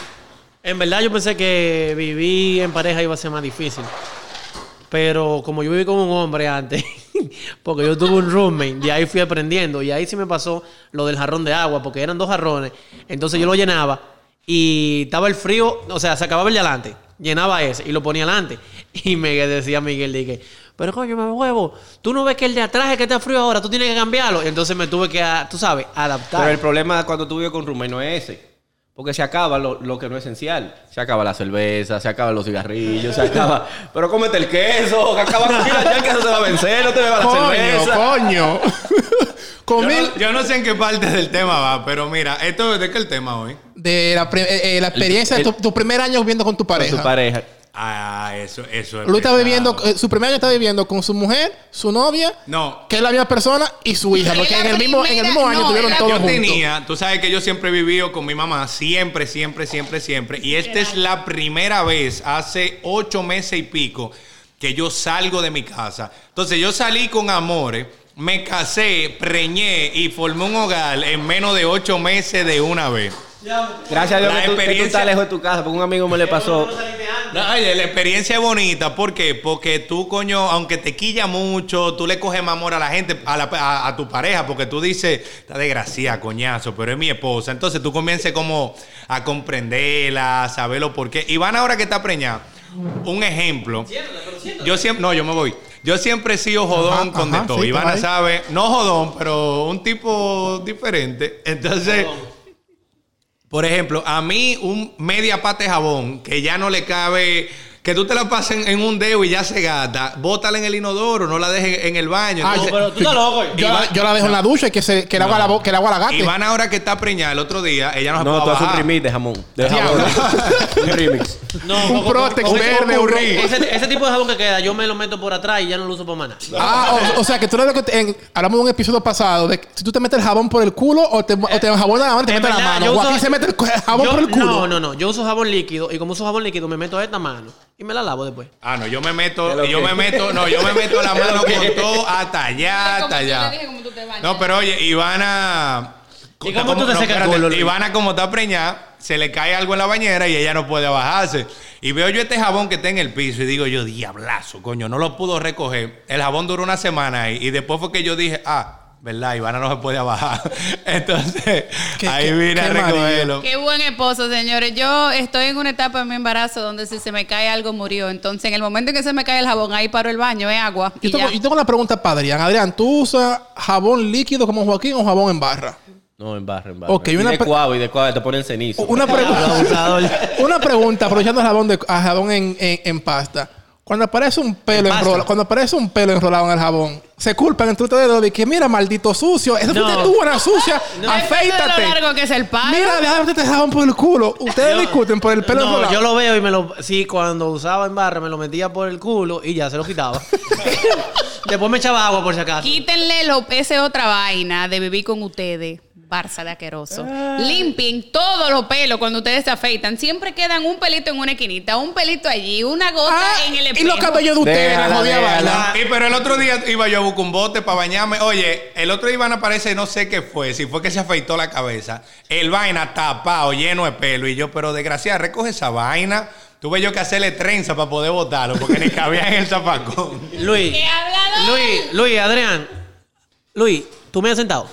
Speaker 1: En verdad yo pensé que vivir en pareja iba a ser más difícil. Pero como yo viví con un hombre antes, [laughs] porque yo tuve un roommate, y ahí fui aprendiendo. Y ahí sí me pasó lo del jarrón de agua, porque eran dos jarrones. Entonces yo lo llenaba y estaba el frío, o sea, se acababa el de adelante. Llenaba ese y lo ponía adelante. [laughs] Y me decía Miguel, dije, pero coño, me huevo, tú no ves que el de atrás es que está frío ahora, tú tienes que cambiarlo. Entonces me tuve que, ah, tú sabes, adaptar.
Speaker 5: Pero el problema cuando tú vives con roommate no es ese. Porque se acaba lo, lo que no es esencial. Se acaba la cerveza, se acaban los cigarrillos, se acaba. Pero cómete el queso,
Speaker 2: [laughs]
Speaker 5: que acaba mira, ya el queso se va a vencer, no te bebas la
Speaker 2: Coño,
Speaker 5: cerveza.
Speaker 2: coño.
Speaker 4: Yo
Speaker 2: [laughs] Con mil-
Speaker 4: no, yo no sé en qué parte del tema va, pero mira, esto de qué el tema hoy.
Speaker 2: de la, pre- eh, eh, la experiencia
Speaker 5: el-
Speaker 2: de tu, tu primer año viviendo con tu
Speaker 5: Con
Speaker 2: pareja.
Speaker 5: tu pareja.
Speaker 4: Ah, eso, eso es.
Speaker 2: Lu está
Speaker 4: pesado.
Speaker 2: viviendo, eh, su primer año está viviendo con su mujer, su novia,
Speaker 4: No.
Speaker 2: que es la misma persona, y su hija,
Speaker 3: Es
Speaker 2: porque
Speaker 3: la
Speaker 2: en el mismo, en el mismo
Speaker 3: primera-
Speaker 2: año
Speaker 3: no,
Speaker 2: tuvieron
Speaker 3: era-
Speaker 2: todo
Speaker 4: yo
Speaker 2: junto.
Speaker 4: tenía, tú sabes que yo siempre he vivido con mi mamá, siempre, siempre, siempre, siempre. Y esta es la primera vez, hace ocho meses y pico, que yo salgo de mi casa. Entonces yo salí con amores, me casé, preñé y formé un hogar en menos de ocho meses de una vez.
Speaker 5: Gracias a Dios
Speaker 4: La
Speaker 5: que tú, que tú
Speaker 4: experiencia-
Speaker 5: estás lejos de tu casa, porque un amigo me le pasó.
Speaker 4: No, oye, la experiencia es bonita, ¿por qué? Porque tú, coño, aunque te quilla mucho, tú le coges más amor a la gente, a, la- a- a tu pareja, porque tú dices, está desgraciada, coñazo, pero es mi esposa. Entonces tú comiences como a comprenderla, a saberlo por qué. Iván ahora que está preñada, un ejemplo. Yo siempre, no, yo me voy. Yo siempre he sido jodón
Speaker 2: Ajá,
Speaker 4: con
Speaker 2: ajá,
Speaker 4: de todo.
Speaker 2: sí,
Speaker 4: Ivana
Speaker 2: está
Speaker 4: sabe, no jodón, pero un tipo diferente. Entonces... Por ejemplo, a mí un media pata de jabón que ya no le cabe, que tú te la pases en, en un dedo y ya se gasta, bótala en el inodoro, no la dejes en el baño.
Speaker 2: Ah,
Speaker 4: Entonces,
Speaker 1: Pero tú estás
Speaker 5: [laughs]
Speaker 1: loco.
Speaker 2: Yo, la- yo la dejo en la ducha y que, se, que el, agua la, bo- que el agua la gaste.
Speaker 4: Iván ahora que está preñada el otro día, ella nos
Speaker 5: No, tú haces un remix de jamón. De jamón. [laughs] un remix.
Speaker 1: No,
Speaker 2: Un
Speaker 1: con- con-
Speaker 2: Protex
Speaker 1: con-
Speaker 2: verde,
Speaker 1: con-
Speaker 2: un
Speaker 1: con-
Speaker 2: Ring.
Speaker 1: Ese, ese tipo de jabón que queda, yo me lo meto por atrás y ya no lo uso para maná.
Speaker 2: Ah, o, o sea, que tú eres lo que... te- en- hablamos de un episodio pasado de que si tú te metes el jabón por el culo o te, o te jabonas la mano, te
Speaker 1: En
Speaker 2: metes la
Speaker 1: Eh, verdad,
Speaker 2: mano.
Speaker 1: yo
Speaker 2: O
Speaker 1: uso-
Speaker 2: aquí se mete el cu- jabón
Speaker 1: yo-
Speaker 2: por el culo.
Speaker 1: No, no, no. Yo uso jabón líquido y como uso jabón líquido me meto a esta mano y me la lavo después.
Speaker 4: Ah, no, yo me
Speaker 5: ¿De
Speaker 4: meto,
Speaker 5: lo
Speaker 4: yo
Speaker 5: qué?
Speaker 4: me meto, no, yo me meto la
Speaker 5: [laughs]
Speaker 4: mano
Speaker 5: qué?
Speaker 4: con todo hasta allá, hasta allá. Ah, No, pero oye, Ivana.
Speaker 1: ¿Y cómo tú te secas el
Speaker 4: espérate,
Speaker 1: culo, Luis?
Speaker 4: Ivana, como está preñada, se le cae algo en la bañera y ella no puede bajarse. Y veo yo este jabón que está en el piso y digo yo, diablazo, coño, no lo pudo recoger. El jabón duró una semana ahí. Y después fue que yo dije, ah, ¿verdad? Ivana no se puede bajar. [laughs] Entonces,
Speaker 2: Qué-
Speaker 4: ahí
Speaker 2: qué-
Speaker 4: vine a
Speaker 2: qué marido.
Speaker 4: recogerlo.
Speaker 3: Qué buen esposo, señores. Yo estoy en una etapa de mi embarazo donde si se me cae algo murió. Entonces, en el momento en que se me cae el jabón, ahí paro el baño, es agua.
Speaker 2: Yo
Speaker 3: Y ya.
Speaker 2: tengo, yo tengo una pregunta para Adrián. Adrián, ¿tú usas jabón líquido como Joaquín o jabón en barra?
Speaker 5: No, en barra, en barra.
Speaker 2: Ok,
Speaker 5: y
Speaker 2: una
Speaker 5: de
Speaker 2: pre-
Speaker 5: cuavo, y de cuavo, te ponen cenizo.
Speaker 2: Una pregunta. [laughs] una pregunta, aprovechando el jabón, de, a jabón en, en- en pasta. Cuando aparece un pelo
Speaker 1: pasta?
Speaker 2: enrolado, cuando aparece un pelo enrolado en el jabón, se culpan entre ustedes dos de que mira, maldito sucio, esa
Speaker 1: [laughs] No.
Speaker 2: fuiste tú, buena sucia,
Speaker 3: Depende
Speaker 2: afeítate.
Speaker 3: De lo largo que es el palo.
Speaker 2: Mira, déjame este jabón por el culo. Ustedes discuten por el pelo
Speaker 1: ah, No,
Speaker 2: enrolado.
Speaker 1: yo lo veo y me lo. Sí, cuando usaba en barra me lo metía por el culo y ya se lo
Speaker 2: [laughs]
Speaker 1: quitaba. después me echaba agua por si acaso.
Speaker 3: Quítenle lo, ese otra vaina de vivir con ustedes. Barça de aqueroso. Limpien todos los pelos cuando ustedes se afeitan. Siempre quedan un pelito en una esquinita, un pelito allí, una gota
Speaker 2: Ah,
Speaker 3: en el
Speaker 2: y
Speaker 3: espejo.
Speaker 2: los cabellos de ustedes, la
Speaker 5: Déjala,
Speaker 2: jodida
Speaker 5: déjala.
Speaker 2: vaina.
Speaker 4: Y pero el otro día iba yo a buscar un bote para bañarme. Oye, el otro día Ivana parece, no sé qué fue, si fue que se afeitó la cabeza. El vaina tapado, lleno de pelo. Y yo, pero desgraciada, recoge esa vaina. Tuve yo que hacerle trenza para poder botarlo, porque ni cabía en el zapacón.
Speaker 1: Luis.
Speaker 3: ¡Qué hablador!
Speaker 1: Luis, Luis, Adrián. Luis, tú me has sentado.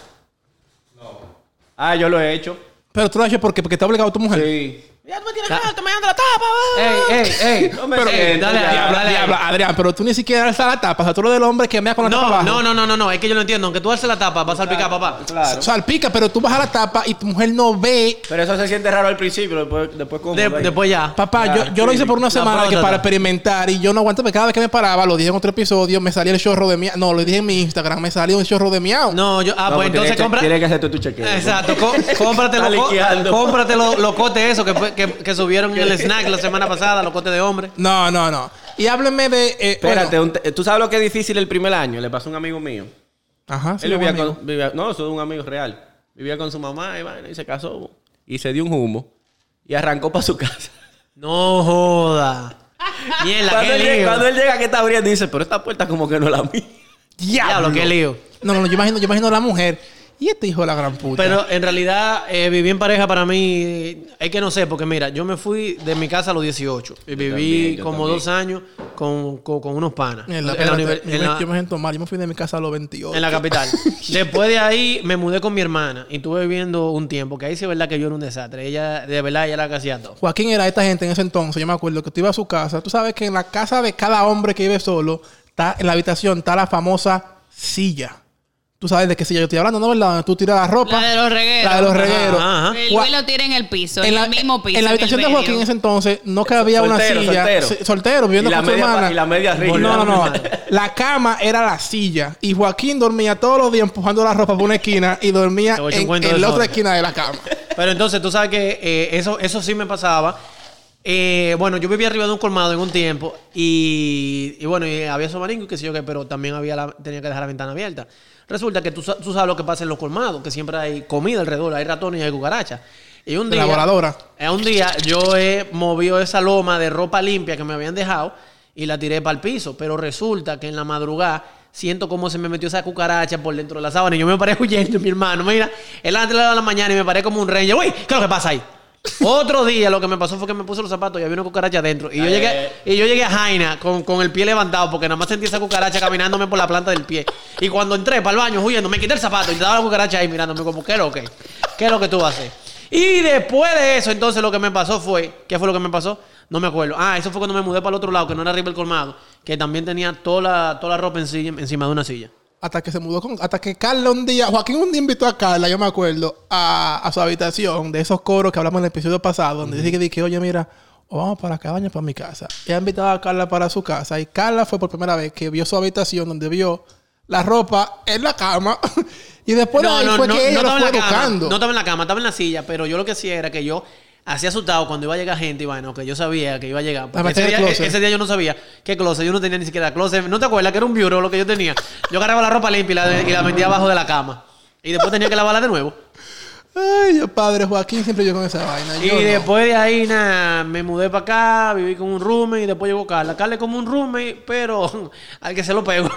Speaker 5: Ah, yo lo he hecho.
Speaker 2: Pero tú lo haces porque, porque te ha obligado tu mujer.
Speaker 5: Sí. Ya tú me tienes
Speaker 1: Ya.
Speaker 5: harto, me ando la tapa.
Speaker 1: ¡Ey, ey,
Speaker 2: [laughs]
Speaker 1: ey!
Speaker 5: No me
Speaker 1: Pero-
Speaker 5: siento,
Speaker 1: eh, dale,
Speaker 5: ya.
Speaker 1: ahí,
Speaker 2: Diabla,
Speaker 1: dale, ahí.
Speaker 2: diabla, Adrián, pero tú ni siquiera alzas la tapa. O sea, tú lo del hombre que mea con la tapa
Speaker 1: No,
Speaker 2: abajo.
Speaker 1: no, no, no, no, no, es que yo lo entiendo. Aunque tú alces la tapa, vas a salpicar, papá.
Speaker 5: Claro.
Speaker 2: Salpica, pero tú bajas la tapa y tu mujer no ve.
Speaker 5: Pero eso se siente raro al principio, después, después como.
Speaker 1: De- después ya.
Speaker 2: Papá,
Speaker 5: Claro,
Speaker 2: yo, yo lo hice por una
Speaker 1: La
Speaker 2: semana que
Speaker 1: próstata.
Speaker 2: para experimentar y yo no aguantaba. Cada vez que me paraba, lo dije en otro episodio, me salía el chorro de miau. No, lo dije en mi Instagram, me salió un chorro de miau.
Speaker 1: No, yo. Ah, pues entonces compra.
Speaker 5: Tienes que hacer tu, tu chequeo.
Speaker 1: Exacto,
Speaker 5: [laughs]
Speaker 1: co- cómprate,
Speaker 5: Está
Speaker 1: los co-
Speaker 5: liqueando.
Speaker 1: cómprate los los cotes esos que, fue- que, que subieron en el snack la semana pasada, los cotes de hombre.
Speaker 2: No, no, no. Y háblenme de. eh,
Speaker 5: Espérate,
Speaker 2: bueno.
Speaker 5: un te- tú sabes lo que es difícil el primer año. Le pasó a un amigo mío.
Speaker 2: Ajá, sí,
Speaker 5: Él vivía
Speaker 2: amigo.
Speaker 5: con, vivía- no, eso es un amigo real. Vivía con su mamá y, vaina, y se casó y se dio un humo y arrancó para su [laughs] casa.
Speaker 1: No joda. Mierda,
Speaker 5: Cuando
Speaker 1: qué
Speaker 5: él, llega,
Speaker 1: lío.
Speaker 5: cuando él llega que está abriendo, dice, pero esta puerta como que no es la mía.
Speaker 1: Diablo, qué lío.
Speaker 2: No, no, no, yo imagino, yo imagino a la mujer. Y este hijo de la gran puta.
Speaker 1: Pero en realidad, eh, vivir en pareja para mí, es que no sé, porque mira, yo me fui de mi casa a los 18 y viví
Speaker 5: también, yo
Speaker 1: como
Speaker 5: también.
Speaker 1: dos años con, con- con unos panas.
Speaker 2: En la-
Speaker 1: En la
Speaker 2: espérate,
Speaker 1: univer-
Speaker 2: yo,
Speaker 1: en
Speaker 2: me-
Speaker 1: la-
Speaker 2: yo me siento mal. Yo me fui de mi casa a los 28.
Speaker 1: en la
Speaker 3: [laughs]
Speaker 1: capital. Después de ahí me mudé con mi hermana y estuve viviendo un tiempo, que ahí sí es verdad que yo era un desastre. Ella, de verdad, ella era casi a todo.
Speaker 2: Joaquín era esta gente en ese entonces. Yo me acuerdo que tú ibas a su casa. Tú sabes que en la casa de cada hombre que vive solo, está en la habitación, está la famosa silla. Tú sabes de qué silla yo estoy hablando, ¿no? ¿Verdad? Donde tú tiras la ropa.
Speaker 3: La de los regueros.
Speaker 2: La de los
Speaker 3: Ajá,
Speaker 2: regueros.
Speaker 1: ajá.
Speaker 3: El
Speaker 2: Gua-
Speaker 3: güey lo tira en el piso,
Speaker 2: en
Speaker 3: en
Speaker 2: la,
Speaker 3: el mismo piso.
Speaker 2: en la
Speaker 3: el
Speaker 2: habitación de
Speaker 3: medio.
Speaker 2: Joaquín en ese entonces no cabía una
Speaker 5: Soltero,
Speaker 2: silla.
Speaker 5: soltero.
Speaker 2: Sí, soltero, viviendo
Speaker 5: Y la
Speaker 2: con su
Speaker 5: media pa-
Speaker 2: hermana.
Speaker 5: y la media rígida.
Speaker 2: No, no, no. La cama era la silla. Y Joaquín dormía todos los días empujando la ropa por una esquina y dormía
Speaker 1: Te voy a echar un
Speaker 2: en,
Speaker 1: cuento
Speaker 2: en
Speaker 1: de
Speaker 2: la
Speaker 1: eso
Speaker 2: otra
Speaker 1: ahora.
Speaker 2: esquina de la cama.
Speaker 1: Pero entonces, tú sabes que eh, eso, eso sí me pasaba. Eh, bueno, yo vivía arriba de un colmado en un tiempo y, y bueno, y había sobaringo y qué sé yo qué, pero también había la- tenía que dejar la ventana abierta. Resulta que tú, sa- tú sabes lo que pasa en los colmados, que siempre hay comida alrededor, hay ratones y hay cucarachas. Y un
Speaker 2: De
Speaker 1: día,
Speaker 2: la voladora.
Speaker 1: eh, un día yo he movido esa loma de ropa limpia que me habían dejado y la tiré para el piso, pero resulta que en la madrugada siento como se me metió esa cucaracha por dentro de la sábana y yo me paré [laughs] huyendo, mi hermano. Mira, él antes de la mañana y me paré como un rey. Uy, ¿qué es lo que pasa ahí? Otro día lo que me pasó fue que me puse los zapatos y había una cucaracha adentro. Y yo llegué, y yo llegué a Jaina con, con el pie levantado porque nada más sentí esa cucaracha caminándome por la planta del pie. Y cuando entré para el baño huyendo, me quité el zapato y estaba la cucaracha ahí mirándome como, ¿qué es lo que? ¿Qué es lo que tú vas a hacer? Y después de eso, entonces lo que me pasó fue, ¿qué fue lo que me pasó? No me acuerdo. Ah, eso fue cuando me mudé para el otro lado, que no era arriba el colmado, que también tenía toda la, toda la ropa en silla- encima de una silla.
Speaker 2: Hasta que se mudó con. Hasta que Carla un día. Joaquín un día invitó a Carla, yo me acuerdo, a, a su habitación de esos coros que hablamos en el episodio pasado, donde dice que dije, oye, mira, o vamos para la cabaña o para mi casa. Ella invitaba a Carla para su casa. Y Carla fue por primera vez que vio su habitación, donde vio la ropa en la cama. [laughs] y después de Pues ahí fue que ella lo
Speaker 1: estaba
Speaker 2: fue
Speaker 1: en la cama,
Speaker 2: educando.
Speaker 1: no estaba en la cama, estaba en la silla, pero yo lo que hacía era que yo hacía asustado cuando iba a llegar gente y bueno, que yo sabía que iba a llegar. porque Ese
Speaker 2: metía en el
Speaker 1: día,
Speaker 2: closet.
Speaker 1: ese día yo no sabía qué closet, yo no tenía ni siquiera closet. ¿No te acuerdas que era un bureau lo que yo tenía? Yo agarraba la ropa limpia y la, y la metía abajo de la cama. Y después tenía que lavarla de nuevo.
Speaker 2: Ay, Dios padre, Joaquín siempre yo con esa vaina.
Speaker 1: Y
Speaker 2: yo no.
Speaker 1: después de ahí, nada, me mudé para acá, viví con un roommate y después llegó Carla. Carla es como un roommate, pero [laughs] al que se lo pego.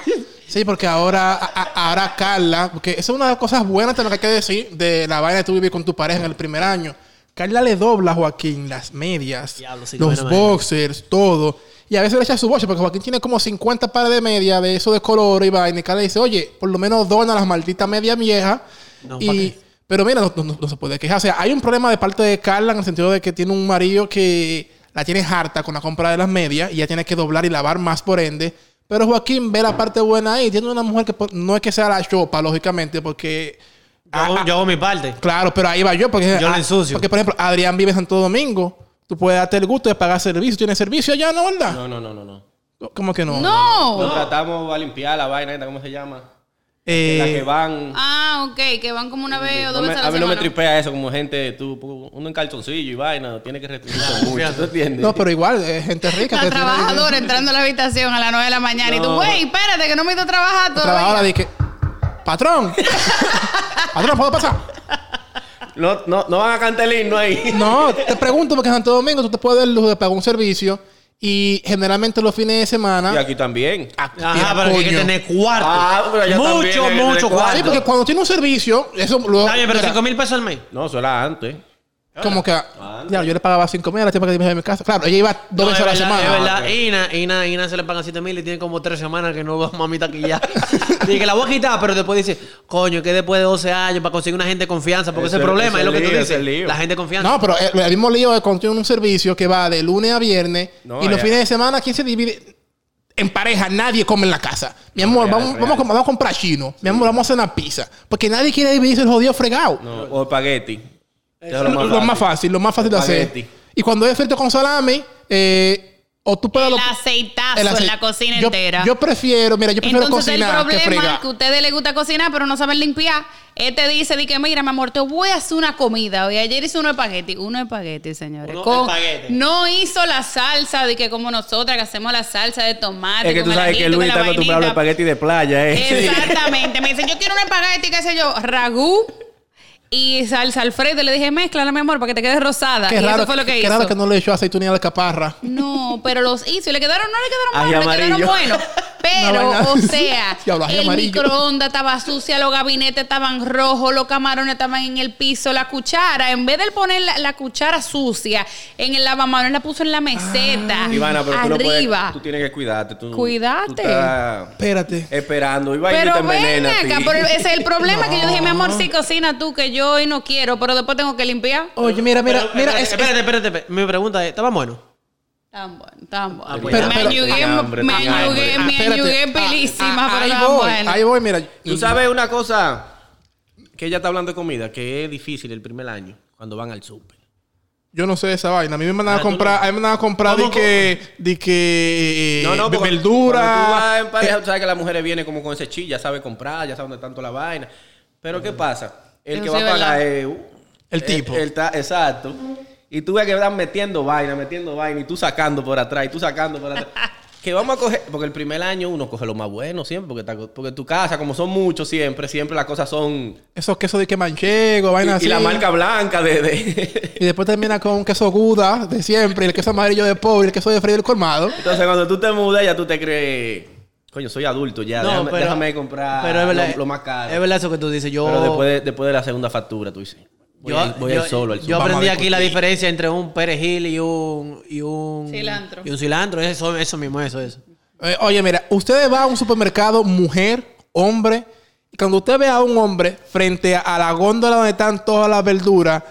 Speaker 2: Sí, porque ahora, a- a- ahora Carla, porque esa es una de las cosas buenas también que hay que decir de la vaina de tú vivir con tu pareja en el primer año. Carla le dobla a Joaquín las medias,
Speaker 1: Diablo, sí,
Speaker 2: los
Speaker 1: buena vaina.
Speaker 2: boxers, todo. Y a veces le echa su boche porque Joaquín tiene como 50 pares de medias de eso de color y vaina. Y Carla dice, oye, por lo menos dona las malditas medias viejas.
Speaker 1: No, ¿pa'
Speaker 2: y,
Speaker 1: qué?
Speaker 2: pero mira, no, no- no- no se puede quejar. O sea, hay un problema de parte de Carla en el sentido de que tiene un marido que la tiene harta con la compra de las medias y ya tiene que doblar y lavar más por ende. Pero Joaquín ve la parte buena ahí. Tiene una mujer que po- no es que sea la chopa, lógicamente, porque...
Speaker 1: Yo, hago- yo hago mi parte.
Speaker 2: Claro, pero ahí va yo. Porque,
Speaker 1: Yo la
Speaker 2: ah,
Speaker 1: ensucio.
Speaker 2: Porque, por ejemplo, Adrián vive en Santo Domingo. Tú puedes darte el gusto de pagar servicio. ¿Tienes servicio allá, no, verdad?
Speaker 5: No, no, no, no. no.
Speaker 2: ¿Cómo que no?
Speaker 3: No.
Speaker 5: Contratamos a limpiar la vaina, esta, ¿cómo se llama?
Speaker 2: Eh,
Speaker 5: la que van.
Speaker 3: Ah, ok, que van como una vez o
Speaker 5: No
Speaker 3: dos
Speaker 5: me-
Speaker 3: veces a la
Speaker 5: a mí no me
Speaker 3: semana.
Speaker 5: tripea eso, como gente, tú, uno en calzoncillo y vaina, tiene que
Speaker 3: Ah,
Speaker 5: restringirse mucho.
Speaker 1: fíjate.
Speaker 5: ¿Tú entiendes?
Speaker 2: no, pero igual, eh, gente rica.
Speaker 3: La
Speaker 2: que tiene-
Speaker 3: trabajadora entrando a la habitación a las 9 de la mañana y tú,
Speaker 5: No.
Speaker 3: güey, espérate que no me he ido a trabajar
Speaker 2: La
Speaker 3: todavía.
Speaker 2: trabajadora de que...
Speaker 3: [laughs]
Speaker 2: Patrón. Patrón, ¿puedo pasar?
Speaker 5: No, no, no van a cantar el himno ahí.
Speaker 2: No, te pregunto porque en Santo Domingo tú te puedes dar el lujo de pagar un servicio y generalmente los fines de
Speaker 5: Y
Speaker 2: semana.
Speaker 5: aquí también.
Speaker 1: Ah, Ajá, pero que hay que
Speaker 2: coño.
Speaker 1: tener cuarto.
Speaker 5: Ah, pero yo también,
Speaker 1: mucho,
Speaker 5: eh, de
Speaker 1: mucho
Speaker 5: cuarto.
Speaker 2: Sí,
Speaker 1: cuarto.
Speaker 2: porque cuando tiene un servicio, eso luego.
Speaker 1: Está bien, pero
Speaker 2: Mira,
Speaker 1: 5 mil pesos al mes.
Speaker 5: No, eso era antes.
Speaker 2: Como que,
Speaker 5: Ah.
Speaker 2: ya, yo le pagaba 5 mil a la tipa que vivía en mi casa. Claro, ella iba dos
Speaker 1: No,
Speaker 2: veces
Speaker 1: es
Speaker 2: a la
Speaker 1: verdad,
Speaker 2: semana.
Speaker 1: Es verdad.
Speaker 5: ok.
Speaker 1: Ina, Ina, Ina se le pagan 7 mil y tiene como 3 semanas que no va mami taquilla. [laughs] Dice que la voy a quitar, pero después dice, coño, que después de 12 años para conseguir una gente de confianza, porque ese es
Speaker 5: Ese-
Speaker 1: el problema,
Speaker 5: ese
Speaker 1: es lo que tú
Speaker 5: lío, ese
Speaker 1: dices.
Speaker 5: lío.
Speaker 1: La gente de confianza.
Speaker 2: No, pero el, el mismo lío es cuando tiene un servicio que va de lunes a viernes
Speaker 5: No,
Speaker 2: y los
Speaker 5: ya.
Speaker 2: fines de semana, ¿quién se divide? En pareja, nadie come en la casa. Mi amor,
Speaker 5: real,
Speaker 2: vamos,
Speaker 5: real.
Speaker 2: vamos, a com- vamos a comprar chino. Mi amor, vamos a hacer una pizza. Porque nadie quiere dividirse el jodido fregado.
Speaker 5: No, o espagueti. Eso es
Speaker 2: Lo, lo más fácil, lo más fácil de hacer.
Speaker 5: Espagueti.
Speaker 2: Y cuando es frito con salami, eh, o tú puedes...
Speaker 3: El
Speaker 2: lo-
Speaker 3: aceitazo
Speaker 2: el
Speaker 3: en
Speaker 2: ace-
Speaker 3: la cocina
Speaker 2: yo,
Speaker 3: entera.
Speaker 2: Yo prefiero, mira, yo prefiero
Speaker 3: Entonces el
Speaker 2: cocinar que
Speaker 3: problema
Speaker 2: fregar.
Speaker 3: es que a ustedes les gusta cocinar, pero no saben limpiar. Él te dice, di que mira, mi amor, te voy a hacer una comida. Hoy ayer hice uno espagueti. Uno espagueti, señores.
Speaker 1: Uno
Speaker 3: Con-
Speaker 1: espagueti.
Speaker 3: No hizo la salsa, de que como nosotras que hacemos la salsa de tomate.
Speaker 5: Es que
Speaker 3: con
Speaker 5: tú
Speaker 3: el
Speaker 5: sabes que
Speaker 3: ajito, con
Speaker 5: Luis
Speaker 3: la
Speaker 5: está acostumbrado al
Speaker 3: vainita.
Speaker 5: espagueti [laughs] de playa, ¿eh?
Speaker 3: Exactamente. Me dice, yo quiero un espagueti, qué sé yo, ragú y salsa Alfredo. Le dije, mezclala, mi amor, para que te quede rosada.
Speaker 2: Qué
Speaker 3: y
Speaker 2: raro,
Speaker 3: eso fue lo que
Speaker 2: qué
Speaker 3: hizo.
Speaker 2: raro que no le echó aceituna a la caparra.
Speaker 3: No, pero los hizo y le quedaron, no le
Speaker 5: Ají
Speaker 3: quedaron buenos, le quedaron
Speaker 5: amarillo.
Speaker 3: buenos.
Speaker 5: [laughs]
Speaker 2: Una vaina
Speaker 3: Pero, o
Speaker 2: así.
Speaker 3: sea,
Speaker 2: Diablo, ají
Speaker 3: el
Speaker 2: amarillo.
Speaker 3: microondas estaba sucia, los gabinetes estaban rojos, los camarones estaban en el piso, la cuchara, en vez de poner la, la cuchara sucia en el lavamanos, la puso en la meseta,
Speaker 5: Ah. Ivana, pero tú no puedes.
Speaker 3: arriba.
Speaker 5: Tú tienes que cuidarte. Tú,
Speaker 3: Cuídate.
Speaker 5: tú estás
Speaker 2: Espérate.
Speaker 5: Eh, esperando. Iba y te
Speaker 3: Pero ven
Speaker 5: envenena. a ti.
Speaker 3: acá, pero ese es el problema que yo dije, mi amor, sí cocina tú, que yo hoy no quiero, pero después tengo que limpiar.
Speaker 2: Oye, mira, mira,
Speaker 1: Pero, espérate,
Speaker 2: mira. es- es-
Speaker 1: espérate, espérate, espérate. Mi pregunta es, ¿estaba bueno?
Speaker 3: Tan bueno, tan bueno.
Speaker 5: pues
Speaker 2: ya.
Speaker 3: me
Speaker 2: Pero-
Speaker 3: ayugué,
Speaker 5: Tenía hambre,
Speaker 3: me
Speaker 5: tenía
Speaker 3: ayugué,
Speaker 5: hambre.
Speaker 3: me
Speaker 2: espérate.
Speaker 3: ayugué
Speaker 2: Ah,
Speaker 3: pilísima,
Speaker 2: ah,
Speaker 3: pero
Speaker 2: ahí
Speaker 3: tan
Speaker 2: voy,
Speaker 3: bueno.
Speaker 2: ahí voy, mira.
Speaker 5: Tú sabes una cosa que ella está hablando de comida, que es difícil el primer año cuando van al súper.
Speaker 2: Yo no sé de esa vaina. A mí me mandaban a
Speaker 5: Ah,
Speaker 2: comprar, a mí me mandaban a comprar de
Speaker 1: ¿Cómo?
Speaker 2: que, de que, eh, de
Speaker 5: porque cuando tú vas
Speaker 2: verdura. eh,
Speaker 5: en pareja, tú sabes que las mujeres vienen como con ese chi, ya sabe comprar, ya sabe dónde tanto la vaina. Pero ¿qué pasa? El
Speaker 3: Eso
Speaker 5: que
Speaker 3: sí
Speaker 5: va a
Speaker 3: es verdad.
Speaker 5: pagar es uh,
Speaker 2: El tipo.
Speaker 5: el- el ta- exacto. Y tú ves que van metiendo vaina, metiendo vaina, y tú sacando por atrás, y tú sacando
Speaker 3: [laughs]
Speaker 5: por atrás. que vamos a coger, porque el primer año uno coge lo más bueno siempre, porque, está co- porque tu casa, como son muchos siempre, siempre las cosas son...
Speaker 2: Esos quesos de que manchego,
Speaker 5: Y,
Speaker 2: vaina
Speaker 5: y
Speaker 2: así.
Speaker 5: la marca blanca de... de- [laughs]
Speaker 2: Y después termina con un queso guda de siempre, el queso amarillo de pobre, el queso de frío del colmado.
Speaker 5: Entonces, cuando tú te mudas, ya tú te crees, coño, soy adulto ya, déjame, déjame comprar
Speaker 1: pero es verdad-
Speaker 5: lo, lo más caro.
Speaker 1: Es verdad eso que tú dices. Yo,
Speaker 5: Pero después de, después de la segunda factura, tú dices, voy,
Speaker 1: yo,
Speaker 5: a ir- voy a ir
Speaker 1: yo-
Speaker 5: solo al
Speaker 1: yo
Speaker 5: súper.
Speaker 1: aprendí
Speaker 2: Vamos a
Speaker 1: aquí la diferencia entre un perejil y un... Y un
Speaker 3: Cilantro.
Speaker 1: Y un cilantro. Eso, eso mismo, eso, eso.
Speaker 2: Eh, oye, mira, ustedes van a un supermercado, mujer, hombre, y cuando usted ve a un hombre frente a la góndola donde están todas las verduras,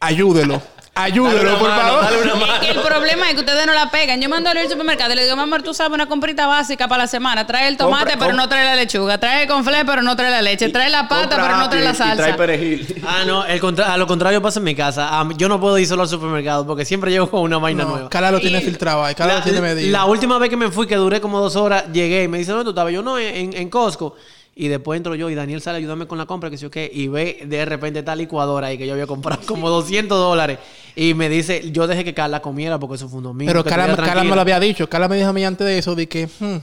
Speaker 2: ayúdelo.
Speaker 5: Dale
Speaker 2: Ayúdelo,
Speaker 5: una
Speaker 2: por
Speaker 5: mano,
Speaker 2: favor.
Speaker 5: dale una
Speaker 3: Es
Speaker 5: mano.
Speaker 3: que el problema es que ustedes no la pegan. Yo mando a al supermercado y le digo, mi amor, tú sabes, una comprita básica para la semana. Trae el tomate,
Speaker 5: Compra-
Speaker 3: pero
Speaker 5: compra-
Speaker 3: no trae la lechuga. Trae el conflé, pero no trae la leche. Trae la pata,
Speaker 5: Compra
Speaker 3: pero no trae la
Speaker 5: apio y- y trae
Speaker 3: salsa.
Speaker 5: perejil.
Speaker 1: Ah, no, el contra- a lo contrario pasa en mi casa. Ah, yo no puedo ir solo al supermercado porque siempre llego con una vaina
Speaker 2: No,
Speaker 1: nueva.
Speaker 2: Cala lo tiene filtrado ahí, Cala lo
Speaker 1: La,
Speaker 2: tiene medido.
Speaker 1: la última vez que me fui, que duré como dos horas, llegué y me dice, ¿dónde tú estabas? Yo no, en, en Costco. Y después entro yo y Daniel sale, ayúdame con la compra, que sé yo qué. Y ve de repente esta licuadora ahí que yo había comprado [laughs] como 200 dólares. Y me dice, yo dejé que Carla comiera porque eso fue un domingo.
Speaker 2: Pero
Speaker 1: que
Speaker 2: Carla,
Speaker 1: estuviera
Speaker 2: Carla me
Speaker 1: tranquila".
Speaker 2: lo había dicho. Carla me dijo a mí antes de eso de que "Hmm,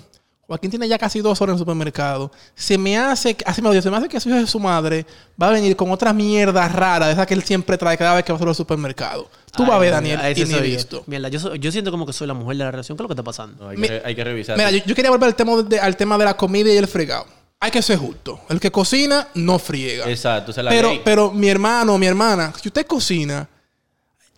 Speaker 2: Joaquín tiene ya casi dos horas en el supermercado. Se me hace, que- así me lo dijo, se me hace que su hijo de su madre va a venir con otra mierda rara de esa que él siempre trae cada vez que va solo al supermercado. Tú vas a
Speaker 1: Ay,
Speaker 2: ver,
Speaker 1: mierda,
Speaker 2: Daniel,
Speaker 1: ese
Speaker 2: y ni
Speaker 1: soy yo.
Speaker 2: visto.
Speaker 1: Mierda, yo, soy- yo siento como que soy la mujer de la relación. ¿Qué es lo que está pasando?
Speaker 5: No, hay,
Speaker 2: Mi-
Speaker 5: que, re- hay que revisar.
Speaker 2: Mira, yo, yo quería volver al tema, de- al tema de la comida y el fregado. Hay que ser justo. El que cocina no friega.
Speaker 5: Exacto, esa es la
Speaker 2: Pero,
Speaker 5: ley.
Speaker 2: pero mi hermano, mi hermana, si usted cocina,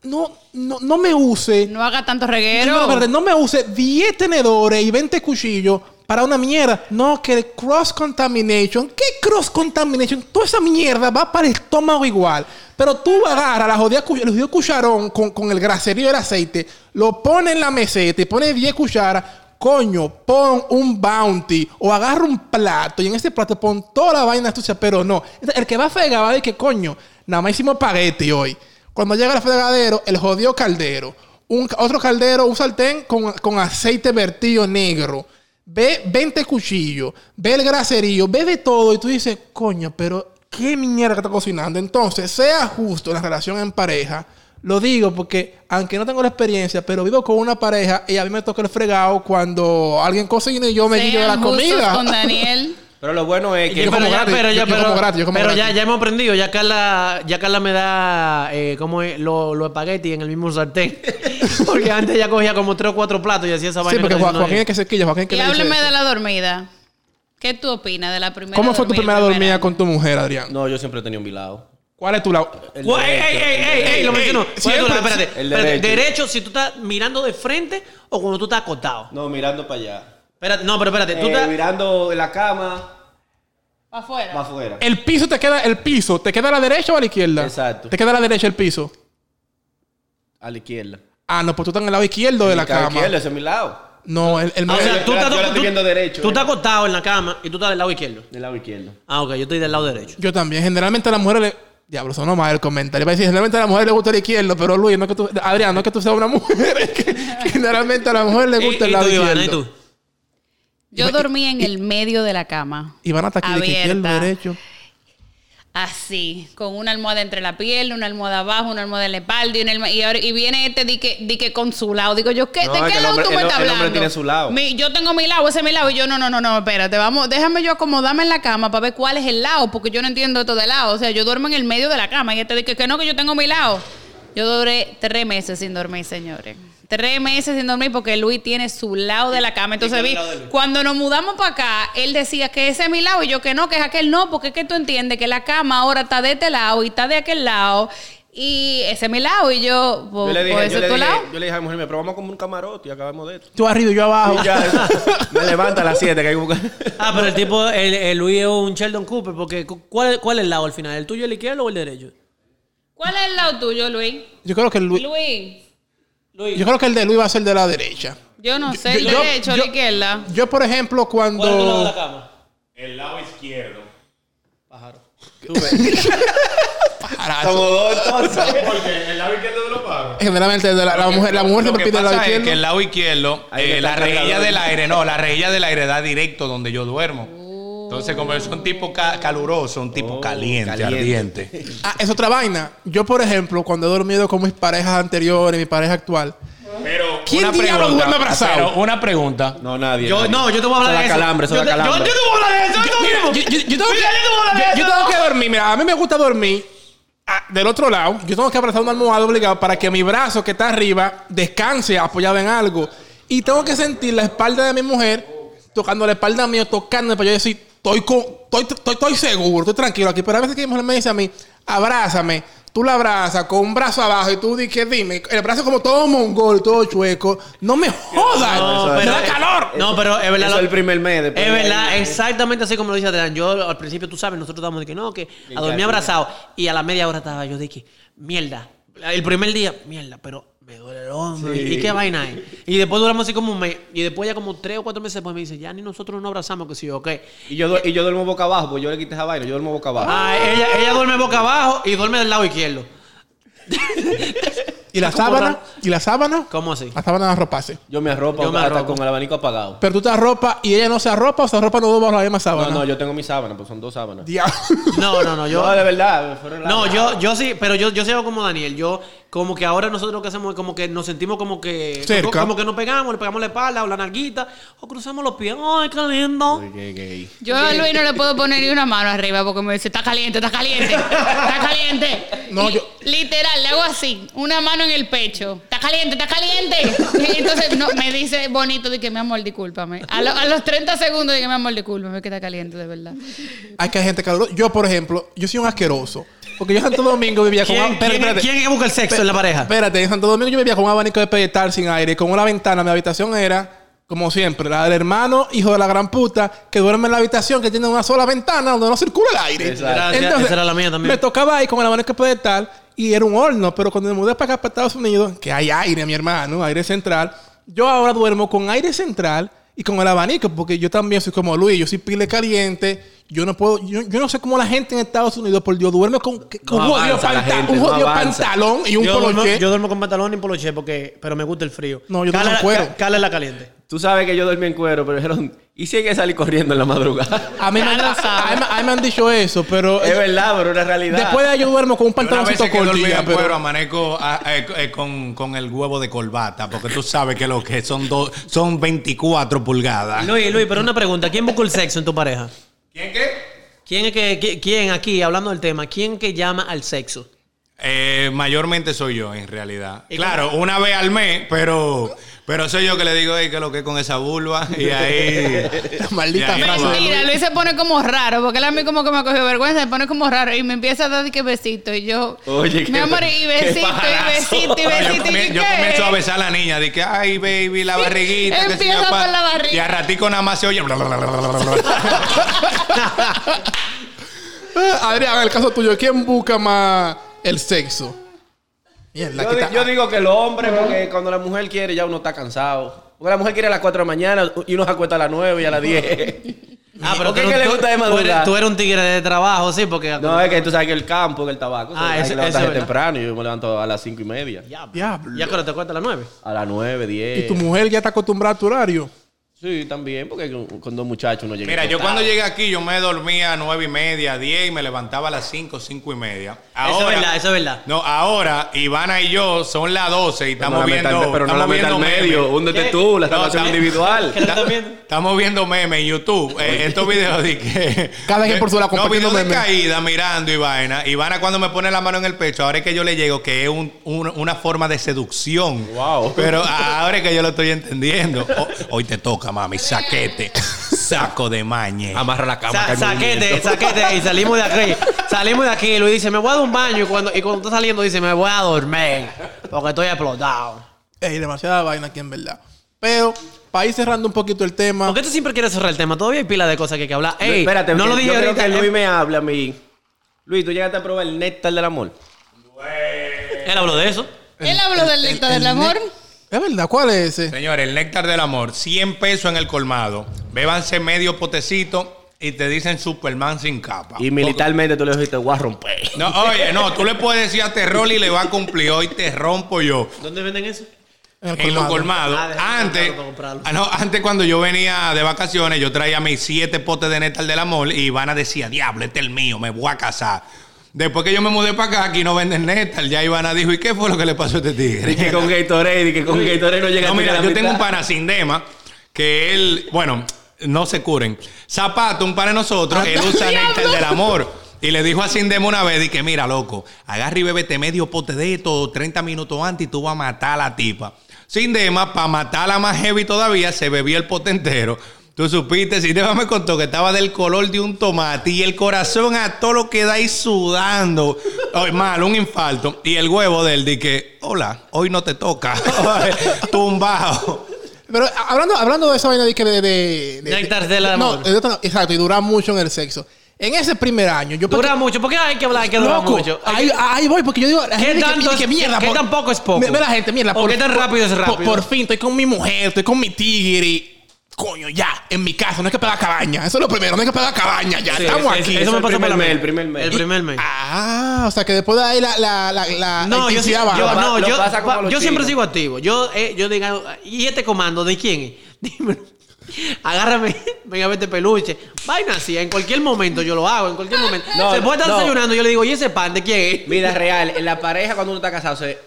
Speaker 2: no, no, no me use
Speaker 3: No haga tanto
Speaker 2: No,
Speaker 3: reguero.
Speaker 2: no, espérate, no me use 10 tenedores y 20 cuchillos para una mierda. No, que el cross contamination. ¿Qué cross contamination? Toda esa mierda va para el estómago igual. Pero tú agarras la jodida cuch- el jodido cucharón con, con el graserío del aceite, lo pones en la meseta y pones 10 cucharas. Coño, pon un bounty o agarra un plato y en ese plato pon toda la vaina sucia, pero no. Entonces, El que va a fregar va a decir que coño, nada más hicimos paguete hoy. Cuando llega el fregadero, el jodido caldero. Un, ca- otro caldero, un sartén con, con aceite vertido negro. Ve 20 cuchillos, ve el graserío, ve de todo y tú dices, coño, pero qué mierda que está cocinando. Entonces, sea justo en la relación en pareja. Lo digo porque, aunque no tengo la experiencia, pero vivo con una pareja y a mí me toca el fregado cuando alguien cocina y yo me guillo de la
Speaker 3: Sean justos con
Speaker 2: comida.
Speaker 3: Daniel.
Speaker 5: Pero lo bueno es que...
Speaker 2: Yo como
Speaker 1: pero ya,
Speaker 2: gratis,
Speaker 1: pero ya,
Speaker 2: yo- yo
Speaker 1: pero,
Speaker 2: como gratis, yo como
Speaker 1: pero ya,
Speaker 2: gratis.
Speaker 1: ya hemos aprendido. Ya Carla, ya Carla me da eh, como es, lo, lo espagueti en el mismo sartén. [laughs] porque antes ya cogía como tres o cuatro platos y hacía esa
Speaker 2: [laughs] Sí,
Speaker 1: vaina.
Speaker 2: porque
Speaker 1: que está
Speaker 2: Joa-
Speaker 1: diciendo
Speaker 2: Joaquín
Speaker 1: ahí.
Speaker 2: es que se quilla, Joaquín es que
Speaker 3: Y
Speaker 2: le dice
Speaker 3: háblame
Speaker 2: eso.
Speaker 3: de la dormida. ¿Qué tú opinas de la primera
Speaker 2: ¿Cómo fue tu
Speaker 3: dormida,
Speaker 2: primera
Speaker 3: primer
Speaker 2: dormida
Speaker 3: año?
Speaker 2: con tu mujer, Adrián?
Speaker 5: No, yo siempre he tenido un vilado.
Speaker 2: ¿Cuál es tu lado?
Speaker 5: El
Speaker 1: Gua- ey,
Speaker 5: derecho,
Speaker 1: ey, ey,
Speaker 5: el
Speaker 1: ey,
Speaker 5: derecho.
Speaker 1: ey, lo mencionó.
Speaker 2: Ey,
Speaker 1: Oye, tú,
Speaker 2: siempre-
Speaker 1: espérate,
Speaker 5: el
Speaker 1: espérate.
Speaker 5: derecho.
Speaker 1: Derecho si tú estás mirando de frente o cuando tú estás acostado.
Speaker 5: No, mirando para allá.
Speaker 1: Espérate, no, pero espérate. Tú
Speaker 5: Eh,
Speaker 1: estás-
Speaker 5: Mirando de la cama
Speaker 3: Para afuera.
Speaker 5: para afuera.
Speaker 1: Eh,
Speaker 2: El piso te queda, el piso, ¿te queda a la derecha o a la izquierda?
Speaker 5: Exacto.
Speaker 2: ¿Te queda a la derecha el piso?
Speaker 5: A la izquierda.
Speaker 2: Ah, no, pues tú estás en el lado izquierdo de la
Speaker 5: Mi cara
Speaker 2: cama.
Speaker 5: Izquierda, ese es mi lado.
Speaker 2: No, el, el
Speaker 1: Ah, o
Speaker 2: medio-
Speaker 1: sea, tú
Speaker 5: Espérate,
Speaker 1: estás,
Speaker 5: yo la estoy
Speaker 1: tú-
Speaker 5: viendo derecho,
Speaker 1: tú
Speaker 5: eh.
Speaker 1: estás acostado en la cama y tú estás del lado izquierdo.
Speaker 5: Del lado izquierdo.
Speaker 1: Ah, ok, yo estoy del lado derecho.
Speaker 2: Yo también. Generalmente a las mujeres le. Diablo, sonó mal el comentario. Iba a decir, generalmente a las mujeres le gusta el izquierdo, pero Luis, no que tú. Adrián, no es que tú seas una mujer. [laughs] es que generalmente a las mujeres le
Speaker 1: ¿Y-
Speaker 2: gusta el
Speaker 1: y
Speaker 2: lado
Speaker 1: tú, Ivana,
Speaker 2: izquierdo.
Speaker 1: ¿y tú?
Speaker 3: Yo dormí en el medio de la cama.
Speaker 2: Y van hasta aquí de que
Speaker 3: Abierta.
Speaker 2: izquierdo, derecho.
Speaker 3: Así, con una almohada entre la pierna, una almohada abajo, una almohada en la espalda y, una alma- y, ahora- y viene este di que, di que con su lado. Digo yo, ¿qué,
Speaker 5: No,
Speaker 3: ¿de
Speaker 5: es
Speaker 3: qué
Speaker 5: que el
Speaker 3: lado
Speaker 5: hombre-
Speaker 3: tú me
Speaker 5: el-
Speaker 3: estás
Speaker 5: el hombre
Speaker 3: hablando?
Speaker 5: tiene su lado.
Speaker 3: Mi- yo tengo mi lado, ese es mi lado. Y yo, no, no, no, no, espérate, vamos, déjame yo acomodarme en la cama para ver cuál es el lado, porque yo no entiendo esto de lado. O sea, yo duermo en el medio de la cama y este dice que, que no, que yo tengo mi lado. Yo duré tres meses sin dormir, señores. Tres meses sin dormir porque Luis tiene su lado de la cama. Entonces vi, cuando nos mudamos para acá, él decía que ese es mi lado y yo que no, que es aquel no, porque es que tú entiendes que la cama ahora está de este lado y está de aquel lado y ese es mi lado y yo,
Speaker 5: Yo
Speaker 3: pues
Speaker 5: le dije,
Speaker 3: ese
Speaker 5: yo
Speaker 3: es
Speaker 5: le
Speaker 3: tu
Speaker 5: dije,
Speaker 3: lado.
Speaker 5: yo le dije a mi mujer, mía, pero vamos como un camarote y acabamos de esto.
Speaker 2: Tú arriba y yo abajo.
Speaker 5: Y ya, eso. me levanta a las 7 que hay un...
Speaker 1: Ah, pero el tipo, el, el Luis es un Sheldon Cooper, porque cu- ¿cuál, ¿cuál es el lado al final? ¿El tuyo, el izquierdo o el derecho?
Speaker 3: ¿Cuál es el lado tuyo, Luis?
Speaker 2: [laughs] Yo creo que el Luis-
Speaker 3: Luis.
Speaker 1: Luis.
Speaker 2: yo creo que el de Luis va a ser de la derecha.
Speaker 3: Yo no sé, el
Speaker 2: yo-
Speaker 3: derecho,
Speaker 2: yo-
Speaker 3: la izquierda.
Speaker 2: Yo, por ejemplo, cuando.
Speaker 1: ¿Cuál es tu lado de la cama?
Speaker 4: El lado izquierdo. [laughs]
Speaker 2: Parazo.
Speaker 5: Como dos, entonces.
Speaker 4: Porque el lado izquierdo de los pagos.
Speaker 2: Generalmente el de la, la mujer, la mujer
Speaker 4: Lo
Speaker 2: siempre
Speaker 4: que
Speaker 2: pide el lado
Speaker 4: pasa es
Speaker 2: izquierdo.
Speaker 4: que el lado izquierdo,
Speaker 5: Ahí
Speaker 4: eh,
Speaker 5: está
Speaker 4: la
Speaker 5: el
Speaker 4: rejilla
Speaker 5: cargador.
Speaker 4: del aire, no, la rejilla del aire da directo donde yo duermo. Entonces, como es un tipo ca- caluroso, un tipo
Speaker 5: Oh,
Speaker 4: caliente,
Speaker 5: caliente.
Speaker 4: ardiente.
Speaker 2: [laughs] Ah, es otra vaina. Yo, por ejemplo, cuando he dormido con mis parejas anteriores, mi pareja actual,
Speaker 4: Pero
Speaker 2: ¿Quién
Speaker 4: una
Speaker 2: diablo
Speaker 4: pregunta,
Speaker 2: duerme abrazado?
Speaker 4: Pero una pregunta.
Speaker 5: No, nadie.
Speaker 1: Yo,
Speaker 5: nadie.
Speaker 1: no, yo te voy a hablar
Speaker 5: Se da
Speaker 1: de eso.
Speaker 5: calambre, se
Speaker 1: yo
Speaker 5: da
Speaker 1: te- yo-
Speaker 5: calambre.
Speaker 1: Yo, te voy a hablar de eso. ahorita
Speaker 2: Mira,
Speaker 1: mismo.
Speaker 2: yo, yo- yo tengo que,
Speaker 1: Mira, yo te voy a hablar de
Speaker 2: yo- yo
Speaker 1: eso.
Speaker 2: tengo que dormir. Mira, a mí me gusta dormir ah, del otro lado. Yo tengo que abrazar una almohada obligado para que mi brazo que está arriba descanse apoyado en algo. Y tengo que sentir la espalda de mi mujer tocando la espalda mía, tocando para yo decir, estoy, con, estoy, estoy, estoy seguro, estoy tranquilo aquí. Pero a veces que mi mujer me dice a mí, abrázame. Tú la abrazas con un brazo abajo y tú dices, dime, el brazo como todo mongol, todo chueco. No me
Speaker 5: Ah,
Speaker 2: jodas.
Speaker 1: No,
Speaker 2: me
Speaker 1: pero-
Speaker 2: da calor.
Speaker 1: No, pero es verdad.
Speaker 5: Eso
Speaker 1: lo-
Speaker 5: es el primer mes. después
Speaker 1: Es
Speaker 5: de ahí-
Speaker 1: verdad, exactamente así como lo dice Adrián. Yo al principio, tú sabes, nosotros estábamos de que no, que a dormir
Speaker 5: ya,
Speaker 1: abrazado. Y a la media hora estaba yo de que, mierda. El primer día, mierda, pero me duele el hombro. ¿Y qué vaina es? Y después duramos así como un mes. Y después ya como tres o cuatro meses después me dice, ya ni nosotros nos abrazamos, que sí, ok.
Speaker 5: Y yo, du- y yo duermo boca abajo, pues yo le quité esa vaina, yo duermo boca abajo.
Speaker 1: Ah, ella, ella duerme boca abajo y duerme del lado izquierdo.
Speaker 2: ¿Y la
Speaker 1: ¿Cómo
Speaker 2: sábana?
Speaker 1: raro?
Speaker 2: ¿Y la sábana?
Speaker 1: ¿Cómo así?
Speaker 2: La sábana la arropase.
Speaker 5: Yo me arropo
Speaker 1: Yo me
Speaker 5: hasta
Speaker 1: arropo.
Speaker 5: con el abanico apagado.
Speaker 2: Pero tú te arropas y ella no se arropa o se arropa los dos bajo la misma sábana.
Speaker 5: No, no, yo tengo mis sábanas, pues son dos sábanas.
Speaker 2: Diablo. [laughs]
Speaker 1: No, no, no, yo...
Speaker 5: No, de verdad. fuera de la-
Speaker 1: No, yo, yo sí, pero yo, yo sí hago como Daniel. Yo, como que ahora nosotros lo que hacemos es como que nos sentimos como que.
Speaker 2: Cerca.
Speaker 1: Como que nos pegamos, le pegamos la espalda o la narguita, o cruzamos los pies. ¡Ay, qué lindo!
Speaker 5: Ay, qué gay.
Speaker 3: Yo a Luis no le puedo poner ni una mano arriba porque me dice, está caliente, está caliente, está caliente.
Speaker 2: No,
Speaker 3: Y
Speaker 2: yo-
Speaker 3: Literal, le hago así, una mano en el pecho, está caliente, está caliente. Y entonces no, me dice bonito, de que mi amor, discúlpame. A, lo- a los 30 segundos, de que mi amor, discúlpame, que está caliente, de verdad.
Speaker 2: Hay que hay gente calurosa. Yo, por ejemplo, yo soy un asqueroso. Porque yo en Santo Domingo vivía con...
Speaker 1: ¿Quién,
Speaker 2: Espérate,
Speaker 1: quién-
Speaker 2: espérate.
Speaker 1: quién es que busca el sexo en la pareja?
Speaker 2: Espérate, en Santo Domingo yo vivía con un abanico de pedestal sin aire, con una ventana. Mi habitación era, como siempre, la del hermano, hijo de la gran puta, que duerme en la habitación que tiene una sola ventana donde no circula el aire.
Speaker 5: Exacto.
Speaker 1: Gracias, esa era la mía también.
Speaker 2: Me tocaba ahí con el abanico de pedestal y era un horno, pero cuando me mudé para acá, para Estados Unidos, que hay aire, mi hermano, aire central, yo ahora duermo con aire central y con el abanico, porque yo también soy como Luis, yo soy pile caliente. Yo no puedo, yo, yo no sé cómo la gente en Estados Unidos, por Dios, duerme con, con un jodido,
Speaker 5: avanza la
Speaker 2: panta-
Speaker 5: gente,
Speaker 2: un
Speaker 5: no
Speaker 2: jodido
Speaker 5: avanza.
Speaker 2: pantalón y un
Speaker 1: yo, duermo,
Speaker 2: poloché.
Speaker 1: yo duermo con pantalón y poloché, porque, pero me gusta el frío.
Speaker 2: No, yo
Speaker 1: Cala
Speaker 2: duermo
Speaker 1: la-
Speaker 2: en cuero.
Speaker 1: ca- Cala la caliente.
Speaker 5: Tú sabes que yo dormí en cuero, pero dijeron, ¿y si hay que salir corriendo en la madrugada?
Speaker 2: A mí, me han,
Speaker 3: Ya lo
Speaker 2: a- a
Speaker 3: sabe.
Speaker 2: mí- a mí me han dicho eso, pero eh,
Speaker 5: es verdad, pero es una realidad.
Speaker 2: después de ello duermo con un
Speaker 4: Yo Una vez
Speaker 2: pantaloncito
Speaker 4: que
Speaker 2: corto.
Speaker 4: dormí
Speaker 2: ya,
Speaker 4: en
Speaker 2: pero-
Speaker 4: cuero, amanezco ah, eh, eh, con, con el huevo de corbata, porque tú sabes que lo que son dos, son 24 pulgadas.
Speaker 1: Luis, Luis, pero una pregunta: ¿quién busca el sexo en tu pareja?
Speaker 4: ¿Quién qué?
Speaker 1: ¿Quién es que, qui- quién aquí, hablando del tema, quién que llama al sexo?
Speaker 4: Eh, mayormente soy yo, en realidad.
Speaker 1: ¿Y
Speaker 4: Claro, una vez al mes, pero Pero soy yo que le digo, "Ey, que lo que es con esa
Speaker 1: [laughs]
Speaker 4: vulva. Y ahí.
Speaker 2: Maldita
Speaker 4: Y ahí
Speaker 2: frase.
Speaker 4: va.
Speaker 3: Mentira, Luis se pone como raro, porque él a mí como que me cogió vergüenza, se pone como raro y me empieza a dar que besito y yo,
Speaker 5: Oye,
Speaker 3: mi
Speaker 5: qué-
Speaker 3: amor, y
Speaker 5: qué
Speaker 3: besito, y
Speaker 5: pajarazo.
Speaker 3: besito, y
Speaker 4: [laughs] Yo,
Speaker 3: besito, y
Speaker 4: comien-
Speaker 3: ¿qué?
Speaker 4: yo comienzo a besar a la niña, de que, ay, baby, la barriguita. que
Speaker 3: Empiezo
Speaker 4: yo, pa".
Speaker 3: con la barriga.
Speaker 4: Y a ratico nada más se oye. [laughs]
Speaker 2: Ah, Adrián, en el caso tuyo, ¿quién busca más el sexo? Bien, la
Speaker 5: Yo,
Speaker 2: quita-
Speaker 5: di- yo digo que el hombre, porque cuando la mujer quiere ya uno está cansado. Porque la mujer quiere a las 4 de la mañana y uno se acuesta a las 9 y a las 10.
Speaker 1: [laughs] Ah, pero
Speaker 5: ¿O qué
Speaker 1: tú-
Speaker 5: es que le
Speaker 1: tú-
Speaker 5: gusta de
Speaker 1: tú eres-
Speaker 5: madrugada?
Speaker 1: Tú eres un tigre de trabajo, sí, porque.
Speaker 5: No, es que tú sabes que el campo, que el tabaco,
Speaker 1: Ah, eso-
Speaker 5: hay que
Speaker 1: eso es
Speaker 5: levantarse
Speaker 1: verdad.
Speaker 5: temprano y yo me levanto a las 5 y media.
Speaker 2: Diablo.
Speaker 1: Ya cuando te cuesta a las nueve.
Speaker 5: A las 9,
Speaker 2: ¿Y tu
Speaker 5: 10.
Speaker 2: mujer ya está acostumbrada a tu horario?
Speaker 5: Sí, también, porque con, con dos muchachos uno llega.
Speaker 4: Mira, yo
Speaker 5: agotado.
Speaker 4: cuando llegué aquí, yo me dormía a nueve y media, diez, y me levantaba a las cinco, cinco y media. Ahora,
Speaker 1: eso es verdad, eso es verdad.
Speaker 4: No, ahora Ivana y yo son las 12 y
Speaker 5: Pero
Speaker 4: estamos
Speaker 5: no la meta
Speaker 4: viendo.
Speaker 5: al- pero no la
Speaker 4: estamos
Speaker 5: meta al
Speaker 4: viendo memes.
Speaker 5: medio. Húndete
Speaker 1: ¿Qué?
Speaker 5: tú, la
Speaker 4: No,
Speaker 5: salvación
Speaker 4: está-
Speaker 5: individual.
Speaker 1: [laughs] ¿Qué tú estás viendo?
Speaker 4: Estamos viendo memes en YouTube. Eh, estos videos de que.
Speaker 2: Cada quien por
Speaker 4: [laughs]
Speaker 2: su lado
Speaker 4: No,
Speaker 2: compartiendo
Speaker 4: videos de
Speaker 2: memes.
Speaker 4: caída, mirando y vaina. Ivana cuando me pone la mano en el pecho, ahora es que yo le llego, que es un- un- una forma de seducción.
Speaker 5: Wow.
Speaker 4: Pero ahora es que yo lo estoy entendiendo. O- hoy te toca, mami, saquete. Saco de mañe.
Speaker 5: Amarra la cama.
Speaker 1: Sa-
Speaker 5: que hay
Speaker 1: saquete,
Speaker 5: movimiento.
Speaker 1: saquete y salimos de
Speaker 5: [laughs]
Speaker 1: aquí. Salimos de aquí y Luis dice, me voy a dar un baño y cuando, y cuando está saliendo dice, me voy a dormir porque estoy explotado.
Speaker 2: Ey, demasiada vaina aquí en verdad. Pero, para ir cerrando un poquito el tema,
Speaker 1: Porque tú siempre quieres cerrar el tema, todavía hay pila de cosas que hay que hablar. Ey,
Speaker 5: Espérate,
Speaker 1: no
Speaker 5: que
Speaker 1: lo dije
Speaker 5: yo creo
Speaker 1: ahorita. eh.
Speaker 5: que Luis
Speaker 1: Él,
Speaker 5: me habla a mí. Luis, tú llegaste a probar el néctar del amor.
Speaker 1: él habló de eso.
Speaker 3: Él habló del dicto del amor.
Speaker 2: es verdad, ¿cuál es ese?
Speaker 4: Señores, el néctar del amor, 100 pesos en el colmado. Bébanse medio potecito y te dicen Superman sin capa.
Speaker 5: Y militarmente tú le dijiste, voy a romper.
Speaker 4: No, oye, no, tú le puedes decir a Terrol y le va a cumplir hoy, te rompo yo.
Speaker 1: ¿Dónde venden eso?
Speaker 2: En
Speaker 4: En los colmados.
Speaker 1: Ah, déjame
Speaker 4: antes,
Speaker 1: comprarlo para comprarlo.
Speaker 4: ah, no, antes cuando yo venía de vacaciones, yo traía mis siete potes de Néctar del Amor y Ivana decía, diablo, este es el mío, me voy a casar. Después que yo me mudé para acá, aquí no venden Néctar. Ya Ivana dijo, ¿y qué fue lo que le pasó a este
Speaker 5: [laughs]
Speaker 4: tigre?
Speaker 5: Dije con Gatorade, dije con Gatorade no llega
Speaker 4: No,
Speaker 5: ni a
Speaker 4: mira,
Speaker 5: la
Speaker 4: yo
Speaker 5: mitad.
Speaker 4: tengo un pana sin dema que él, bueno, no se curen. Zapato, un pana de nosotros, él usa néctar del amor. Y le dijo a Sindema una vez, y que mira, loco, agarra y bébete medio pote de esto 30 minutos antes y tú vas a matar a la tipa. Sindema, para matarla más heavy todavía, se bebió el pote entero. Tú supiste, Sindema me contó que estaba del color de un tomate y el corazón a todo lo que da ahí sudando. Ay, mal, un infarto. Y el huevo de él, di que, hola, hoy no te toca. [laughs] Tumbado.
Speaker 2: Pero a- hablando, hablando de esa vaina de que de, de, de-
Speaker 1: Néctar del amor.
Speaker 2: No, de otra- exacto, y dura mucho en el sexo. En ese primer año, yo
Speaker 1: Dura mucho, porque hay que hablar, hay que durar
Speaker 2: Loco,
Speaker 1: mucho.
Speaker 2: ahí, ahí voy, porque yo digo, la
Speaker 1: ¿Qué
Speaker 2: gente
Speaker 1: tanto es- qué- qué tan poco es poco?
Speaker 2: Ve ve la gente, mierda.
Speaker 1: ¿O qué tan rápido es
Speaker 2: Por,
Speaker 1: rápido?
Speaker 2: fin, estoy con mi mujer, estoy con mi tigre. Coño, ya, en mi casa, no hay que pagar cabaña. Eso es lo primero, no hay que pagar cabaña, ya
Speaker 1: Sí,
Speaker 2: estamos
Speaker 1: sí,
Speaker 2: aquí.
Speaker 1: sí,
Speaker 5: Eso
Speaker 1: eso me
Speaker 5: el
Speaker 1: pasó por
Speaker 5: primer
Speaker 1: la
Speaker 5: mes,
Speaker 1: mente.
Speaker 5: el primer mes.
Speaker 1: El primer mes.
Speaker 2: Ah, o sea que después de ahí la, la, la, la
Speaker 1: No, yo, sí-
Speaker 2: intensidad baja.
Speaker 1: yo-
Speaker 5: Lo pa-
Speaker 1: no,
Speaker 5: lo
Speaker 1: yo,
Speaker 5: pasa como
Speaker 1: pa-
Speaker 5: los
Speaker 1: yo siempre
Speaker 5: chinos.
Speaker 1: sigo activo. Yo, eh, yo digo, ¿y este comando de quién es? [laughs] Dímelo. Agárrame, [laughs] venga, vete peluche. Vaina así, en cualquier momento yo lo hago, en cualquier momento.
Speaker 5: No,
Speaker 1: Se puede estar
Speaker 5: no.
Speaker 1: desayunando, yo le digo, ¿y ese pan de quién
Speaker 5: [laughs]
Speaker 1: es?
Speaker 5: Mira, real, en la pareja cuando uno está casado, se-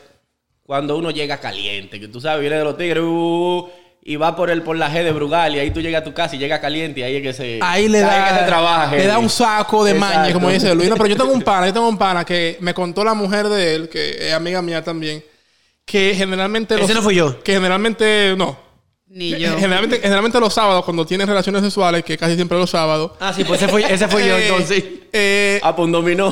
Speaker 5: cuando uno llega caliente, que tú sabes, viene de los tigres, uh, y va por el por la G de Brugal, y ahí tú llegas a tu casa y llega caliente, y ahí es que se.
Speaker 2: Ahí le
Speaker 5: es que
Speaker 2: da,
Speaker 5: se trabaja,
Speaker 2: le da
Speaker 5: heavy.
Speaker 2: un saco de
Speaker 5: Exacto.
Speaker 2: maña, como dice Luis. No, pero yo tengo un pana, yo tengo un pana que me contó la mujer de él, que es amiga mía también, que generalmente...
Speaker 1: Ese no fui yo.
Speaker 2: Que generalmente, no. Eh,
Speaker 3: Ni yo.
Speaker 2: Generalmente, generalmente los sábados, cuando tienen relaciones sexuales, que casi siempre los sábados...
Speaker 1: Ah, sí, pues ese fue, ese fue [laughs] yo
Speaker 2: eh,
Speaker 1: entonces.
Speaker 2: eh,
Speaker 5: [laughs] Ah, pues un dominó.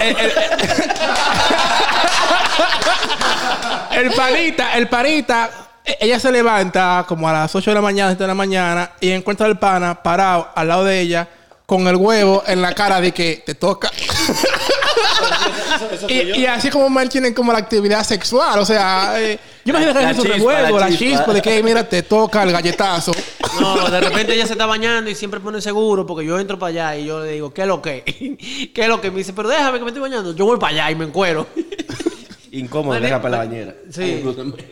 Speaker 2: el panita, el panita... eh, Ella se levanta como a las 8 de la mañana, 7 de la mañana, y encuentra al pana parado al lado de ella con el huevo en la cara de que te toca. Y, y así como mal tienen como la actividad sexual. O sea, eh, yo imagino que
Speaker 5: La
Speaker 2: hay esos
Speaker 5: chispa,
Speaker 2: recuerdos,
Speaker 5: la
Speaker 2: la
Speaker 5: chispa.
Speaker 2: chispa de que, mira, te toca el galletazo.
Speaker 1: No, de repente ella se está bañando y siempre pone seguro porque yo entro para allá y yo le digo, ¿qué es lo que? [laughs] ¿Qué es lo que? Me dice, pero déjame que me estoy bañando. Yo voy para allá y me encuero.
Speaker 5: [laughs]
Speaker 1: [laughs]
Speaker 5: Incómodo,
Speaker 1: Vale.
Speaker 5: deja para la bañera.
Speaker 1: Sí.
Speaker 2: [laughs]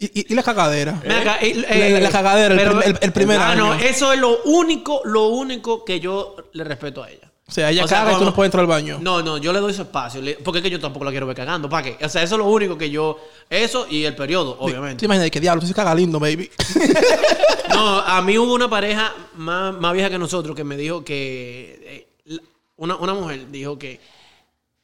Speaker 2: Y, y- y la cagadera.
Speaker 1: Ven acá, eh,
Speaker 2: La- la- la cagadera, el prim- el- el primer
Speaker 1: Ah, no,
Speaker 2: año.
Speaker 1: eso es lo único, lo único que yo le respeto a ella.
Speaker 2: O sea, ella caga y tú
Speaker 1: cuando-
Speaker 2: no puedes entrar al baño.
Speaker 1: No, no, yo le doy su espacio. le- Porque es que yo tampoco la quiero ver cagando. ¿Para qué? O sea, eso es lo único que yo. Eso y el periodo,
Speaker 2: Tú
Speaker 1: obviamente.
Speaker 2: imaginas que diablo, tú se caga lindo, baby.
Speaker 1: No, a mí hubo una pareja más, más vieja que nosotros que me dijo que. eh, la- una, una mujer dijo que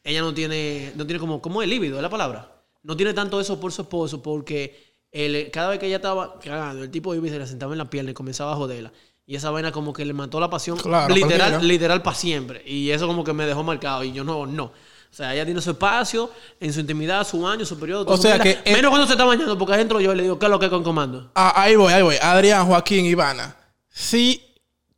Speaker 1: ella no tiene. No tiene como. ¿Cómo es lívido? Es la palabra. No tiene tanto eso por su esposo porque el- cada vez que ella estaba cagando, el tipo iba y se la sentaba en la pierna y comenzaba a joderla. Y esa vaina como que le mató la pasión
Speaker 2: Claro,
Speaker 1: literal,
Speaker 2: cualquiera.
Speaker 1: literal para siempre. Y eso como que me dejó marcado. Y yo no, no. O sea, ella tiene su espacio, en su intimidad, su baño, su periodo. todo
Speaker 2: O
Speaker 1: su
Speaker 2: sea
Speaker 1: mierda.
Speaker 2: que-
Speaker 1: Menos cuando se está bañando, porque adentro yo y le digo, ¿qué es lo que es con comando?
Speaker 2: Ah, ahí voy, ahí voy. Adrián, Joaquín, Ivana. Si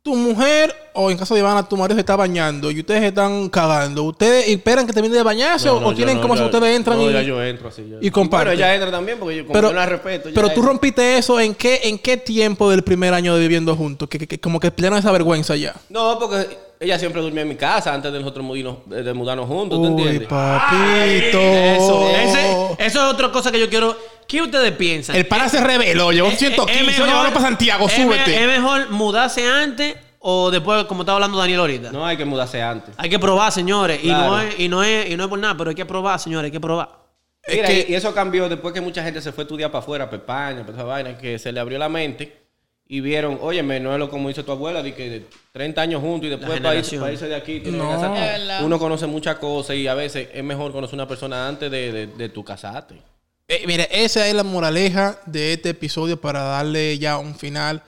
Speaker 2: tu mujer o en caso de Ivana, tu marido se está bañando y ustedes están cagando, ¿ustedes esperan que termine de bañarse o, o tienen como si ustedes entran
Speaker 5: no,
Speaker 2: y,
Speaker 5: ya yo entro así. ya.
Speaker 2: y comparten?
Speaker 5: Bueno, ella entra también porque yo como
Speaker 2: pero
Speaker 5: yo la respeto. ya
Speaker 2: pero tú
Speaker 5: entra.
Speaker 2: rompiste eso en qué, en qué tiempo del primer año de viviendo juntos, que, que- que como que perdieron esa vergüenza ya.
Speaker 5: No, porque ella siempre durmió en mi casa antes de nosotros mudirnos- de mudarnos juntos,
Speaker 2: Uy,
Speaker 5: ¿te entiendes?
Speaker 2: papito.
Speaker 1: Eso, ese- eso es otra cosa que yo quiero. ¿Qué ustedes piensan?
Speaker 2: El pana se reveló, llevó
Speaker 1: Es-
Speaker 2: 115,
Speaker 1: es mejor-
Speaker 2: llévalo para Santiago,
Speaker 1: es me-
Speaker 2: súbete.
Speaker 1: ¿Es mejor mudarse antes o después, como estaba hablando Daniel ahorita?
Speaker 5: No hay que mudarse antes.
Speaker 1: Hay que probar, señores. Y, no
Speaker 5: Claro.
Speaker 1: es, y, no es, y no es por nada, pero hay que probar, señores. Hay que
Speaker 2: [laughs]
Speaker 1: probar.
Speaker 2: Es
Speaker 5: Mira,
Speaker 2: que-
Speaker 5: y eso cambió después que mucha gente se fue a estudiar para afuera, para España, para esa vaina, que se le abrió la mente y vieron, oye, no es lo como dice tu abuela, de que 30 años juntos y después para irse,
Speaker 1: generación.
Speaker 5: para irse de aquí. tiene que
Speaker 2: No.
Speaker 5: casarte.
Speaker 3: Es verdad.
Speaker 5: Uno conoce muchas cosas y a veces es mejor conocer una persona antes de, de, de tu casarte.
Speaker 2: Eh, mira, esa es la moraleja de este episodio para darle ya un final.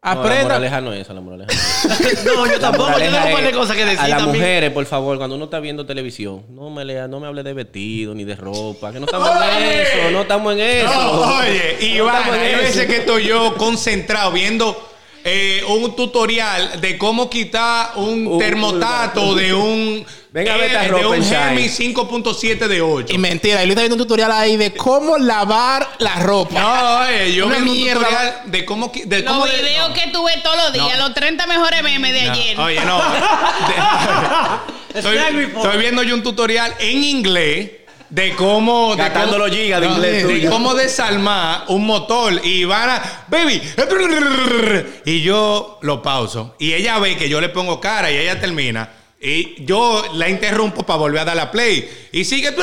Speaker 5: No, la
Speaker 2: Aprenda.
Speaker 5: moraleja no es esa, la moraleja. no es.
Speaker 1: no, yo
Speaker 5: La
Speaker 1: tampoco. Yo
Speaker 5: moraleja
Speaker 1: tengo un par de
Speaker 5: es
Speaker 1: cosas que decir
Speaker 5: A las
Speaker 1: también.
Speaker 5: mujeres, por favor, cuando uno está viendo televisión, no me lea, no me hable de vestido ni de ropa, que no estamos en eso, no estamos en eso.
Speaker 4: No, oye, Iván,
Speaker 5: estamos en
Speaker 4: hay
Speaker 5: eso.
Speaker 4: veces que estoy yo concentrado viendo eh, un tutorial de cómo quitar un
Speaker 5: Un-
Speaker 4: termotato de un,
Speaker 5: Venga a ver esta
Speaker 4: de
Speaker 5: ropa,
Speaker 4: un
Speaker 5: Shine.
Speaker 4: Hemi 5.7 de 8.
Speaker 2: Y mentira, y Luis está viendo un tutorial ahí de cómo lavar la ropa.
Speaker 4: No, oye, yo
Speaker 2: Una
Speaker 4: vi un
Speaker 2: mierda.
Speaker 4: tutorial de cómo... qui- De cómo
Speaker 3: Los
Speaker 4: de-
Speaker 3: videos
Speaker 4: no,
Speaker 3: que tuve todos los días,
Speaker 4: No.
Speaker 3: los 30 mejores memes de
Speaker 4: no,
Speaker 3: ayer.
Speaker 4: Oye, no.
Speaker 5: [laughs]
Speaker 4: De- estoy,
Speaker 1: Snack before.
Speaker 4: estoy viendo yo un tutorial en inglés de cómo... de
Speaker 5: Gastando
Speaker 4: cómo-
Speaker 5: los gigas de
Speaker 4: no,
Speaker 5: inglés
Speaker 4: De
Speaker 5: tuyo.
Speaker 4: cómo desalmar un motor y van a... Baby. Y yo lo pauso. Y ella ve que yo le pongo cara y ella termina. Y yo la interrumpo para volver a dar la play. Y sigue.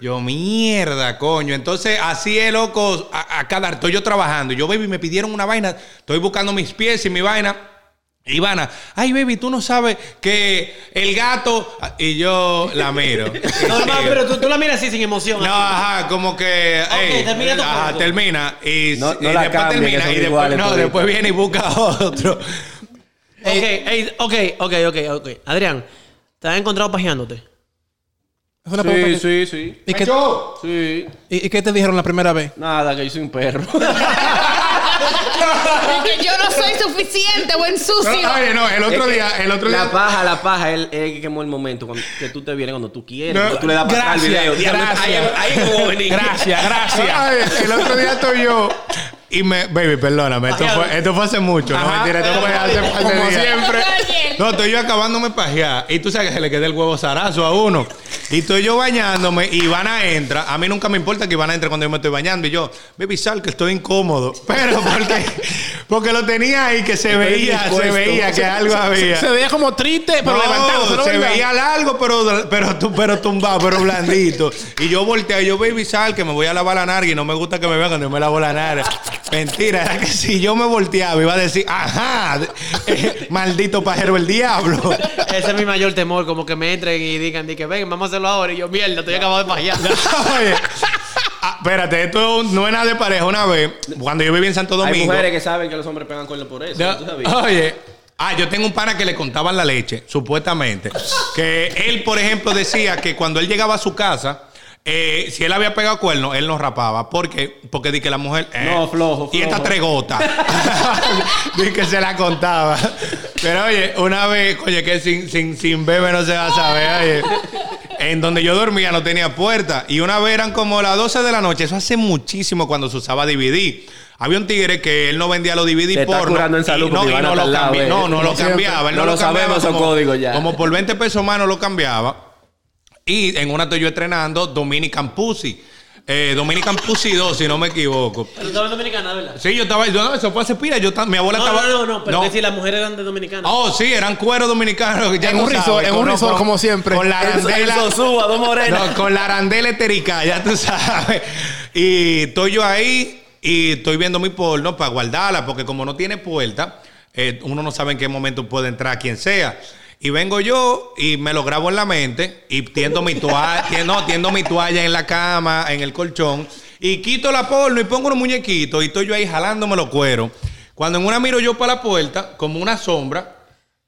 Speaker 4: Yo, mierda, coño. Entonces, así es, loco. A, a cada estoy yo trabajando. Y yo, baby, me pidieron una vaina. Estoy buscando mis pies y mi vaina. Ivana, ay baby, tú no sabes que el gato. Y yo la
Speaker 1: [laughs]
Speaker 4: miro.
Speaker 1: Normal, pero tú, tú la miras así sin emoción.
Speaker 4: No, ajá, como que.
Speaker 1: Ok,
Speaker 4: ey,
Speaker 1: termina tu
Speaker 4: ajá,
Speaker 1: cuento.
Speaker 4: termina. Y,
Speaker 5: No-
Speaker 4: y
Speaker 5: no la
Speaker 4: después
Speaker 5: cambie, que
Speaker 4: termina.
Speaker 5: son
Speaker 4: y después,
Speaker 5: iguales pues.
Speaker 4: no,
Speaker 5: toditas.
Speaker 4: después viene y busca [laughs] otro.
Speaker 1: Ok,
Speaker 2: eh.
Speaker 1: ey, ok, ok, ok, ok. Adrián, ¿te has encontrado pajeándote?
Speaker 2: Es una pregunta que-
Speaker 5: sí, sí.
Speaker 2: ¿Y, qué,
Speaker 4: Yo.
Speaker 5: Sí.
Speaker 2: y- y qué te dijeron la primera vez?
Speaker 5: Nada, que yo soy un perro.
Speaker 3: Porque yo no soy suficiente, buen
Speaker 4: No,
Speaker 3: sucio.
Speaker 4: oye, no, el otro
Speaker 5: Es que
Speaker 4: día, el otro
Speaker 5: Eh, la
Speaker 4: día.
Speaker 5: paja, la paja, él él es el que quemó el momento cuando- que tú te vienes cuando tú quieres.
Speaker 4: No,
Speaker 5: cuando tú le das para atrás al
Speaker 2: gracias,
Speaker 5: video. Diablo,
Speaker 2: gracias.
Speaker 5: Ahí, ahí es como venir.
Speaker 2: Gracias, gracias.
Speaker 4: [laughs] Ay, el otro día estoy yo. Y me, baby, perdóname, esto fue, esto fue hace mucho, no
Speaker 2: Ajá.
Speaker 4: mentira, esto fue hace par de
Speaker 2: Como
Speaker 4: días.
Speaker 2: siempre.
Speaker 4: No, estoy yo acabándome pajear. Y tú sabes que se le queda el huevo zarazo a uno. Y estoy yo bañándome. Y Ivana entra. A mí nunca me importa que Ivana entre cuando yo me estoy bañando. Y yo, baby, sal que estoy incómodo. [laughs] Pero porque, porque lo tenía ahí que se veía, se
Speaker 5: dispuesto.
Speaker 4: veía que algo había.
Speaker 2: Se veía como triste, pero
Speaker 4: No,
Speaker 2: levantado.
Speaker 4: se veía largo, pero, pero, tu- pero tumbado, pero blandito. Y yo volteé, yo, baby, sal, que me voy a lavar la narga y no me gusta que me vean cuando yo me lavo la narga. Mentira, era que si yo me volteaba, iba a decir, ajá, eh, maldito pajero el diablo. [laughs]
Speaker 1: Ese es mi mayor temor, como que me entren y digan, di que ven, vamos a hacerlo ahora. Y yo, mierda, estoy acabado de
Speaker 2: [laughs]
Speaker 1: pajear.
Speaker 4: Oye, ah, espérate, esto no es nada de pareja. Una vez, cuando yo vivía en Santo Domingo.
Speaker 5: Hay mujeres que saben que los hombres pegan con por eso.
Speaker 4: Ya,
Speaker 5: ¿tú sabías? [laughs]
Speaker 4: Oye. Ah, yo tengo un pana que le contaban la leche, supuestamente. Que él, por ejemplo, decía que cuando él llegaba a su casa, eh, si él había pegado cuerno, él no rapaba. ¿Por qué? Porque di que la mujer. eh,
Speaker 5: No, flojo,
Speaker 4: Y esta
Speaker 5: flojo.
Speaker 4: tregota.
Speaker 5: [laughs]
Speaker 4: di que se la contaba. Pero oye, una vez, oye, que sin, sin, sin bebé no se va a saber, oye. En donde yo dormía no tenía puerta. Y una vez eran como las 12 de la noche. Eso hace muchísimo cuando se usaba DVD. Había un tigre que él no vendía los DVD
Speaker 5: Te está
Speaker 4: porno
Speaker 5: curando en
Speaker 4: y
Speaker 5: salud
Speaker 4: no,
Speaker 5: porque
Speaker 4: y
Speaker 5: van
Speaker 4: no
Speaker 5: a
Speaker 4: lo
Speaker 5: tal lado,
Speaker 4: cambi-
Speaker 5: eh.
Speaker 4: no, no lo
Speaker 5: Como siempre.
Speaker 4: cambiaba. él
Speaker 5: No lo
Speaker 4: cambiaba
Speaker 5: sabemos, esos
Speaker 4: como-
Speaker 5: códigos ya.
Speaker 4: Como por 20 pesos más no lo cambiaba. Y en una estoy yo estrenando Dominican Pussy. Eh, Dominican Pussy 2, si no me equivoco.
Speaker 1: Pero tú eres dominicana, ¿verdad?
Speaker 4: Sí, yo estaba. Yo, no, eso fue hace pila. Yo, ta- mi abuela
Speaker 1: No,
Speaker 4: estaba.
Speaker 1: no, no, no, pero que si las mujeres eran de dominicanas. [laughs]
Speaker 4: Oh, sí, eran cueros dominicanos. ya
Speaker 2: En
Speaker 4: tú
Speaker 2: un
Speaker 4: sabes,
Speaker 2: resort, en
Speaker 4: con-
Speaker 2: un resort,
Speaker 4: con-
Speaker 2: como siempre.
Speaker 4: Con la arandela.
Speaker 5: Sosúa, dos morenas.
Speaker 4: No, con la arandela eterica, ya tú sabes. Y estoy yo ahí y estoy viendo mi porno para guardarla, porque como no tiene puerta, eh, uno no sabe en qué momento puede entrar quien sea. Y vengo yo y me lo [laughs] grabo en la mente y tiendo mi toalla, no, tiendo mi toalla en la cama, en el colchón. Y quito la porno y pongo unos muñequitos y estoy yo ahí jalándome los cueros. Cuando en una miro yo para la puerta, como una sombra,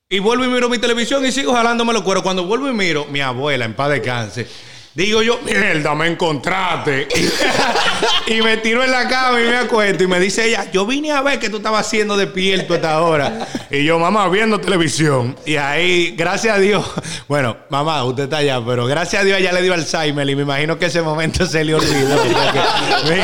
Speaker 4: y vuelvo y miro mi televisión y sigo jalándome los cueros. Cuando vuelvo y miro, mi abuela, en paz descanse, digo yo, mierda, me encontraste. [laughs] Y, y me tiro en la cama y me acuesto. Y me dice ella, yo vine a ver que tú estabas haciendo despierto a esta hora. Y yo, mamá, viendo televisión. Y ahí, gracias a Dios, [laughs] bueno, mamá, usted está allá, pero gracias a Dios ella le dio Alzheimer. Y me imagino que ese momento se le olvidó.
Speaker 5: [laughs]
Speaker 4: Mira,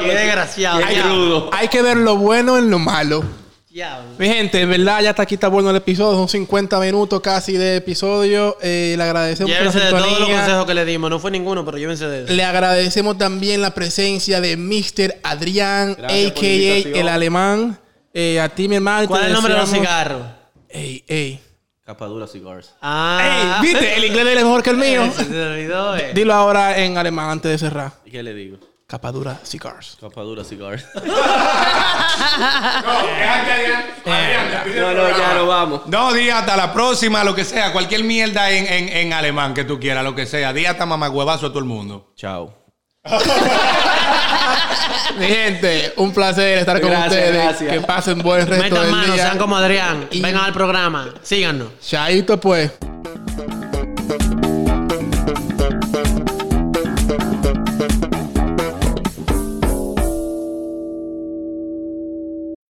Speaker 1: Qué desgraciado.
Speaker 5: Qué
Speaker 1: diablo,
Speaker 5: rudo.
Speaker 2: Hay que ver lo bueno en lo malo.
Speaker 1: diablo.
Speaker 2: Mi gente, en verdad, ya está aquí, está bueno el episodio. Son 50 minutos casi de episodio. Eh, le agradecemos por la
Speaker 1: Llévense de todos los
Speaker 2: sintonía.
Speaker 1: consejos que le dimos. No fue ninguno, pero llévense de él.
Speaker 2: Le agradecemos también la presencia de Mr. Adrián,
Speaker 5: Gracias por la
Speaker 2: a.k.a.
Speaker 5: invitación.
Speaker 2: el alemán. Eh, a ti, mi hermano.
Speaker 1: ¿Cuál
Speaker 2: te
Speaker 1: es el nombre de los
Speaker 2: deseamos-
Speaker 1: cigarros?
Speaker 2: Ey, ey.
Speaker 5: Capadura Cigars.
Speaker 1: Ah.
Speaker 2: Ey, ¿viste? Este, El inglés de él es mejor que el mío.
Speaker 1: Se te olvidó, eh.
Speaker 2: Dilo ahora en alemán antes de cerrar.
Speaker 5: ¿Y ¿Qué le digo?
Speaker 2: Capadura Cigars.
Speaker 5: Capadura Cigars.
Speaker 4: No, Eh,
Speaker 5: No, no, ya no vamos.
Speaker 4: No, di hasta la próxima, lo que sea. Cualquier mierda en, en, en alemán que tú quieras, lo que sea. Di hasta mamagüevazo a todo el mundo.
Speaker 5: Chao.
Speaker 2: Mi gente, un placer estar con
Speaker 5: Gracias,
Speaker 2: ustedes.
Speaker 5: gracias.
Speaker 2: Que pasen buen resto
Speaker 1: Metan
Speaker 2: del
Speaker 1: mano,
Speaker 2: día.
Speaker 1: sean como Adrián.
Speaker 2: Y-
Speaker 1: Vengan al programa. Síganos.
Speaker 2: Chaito, pues.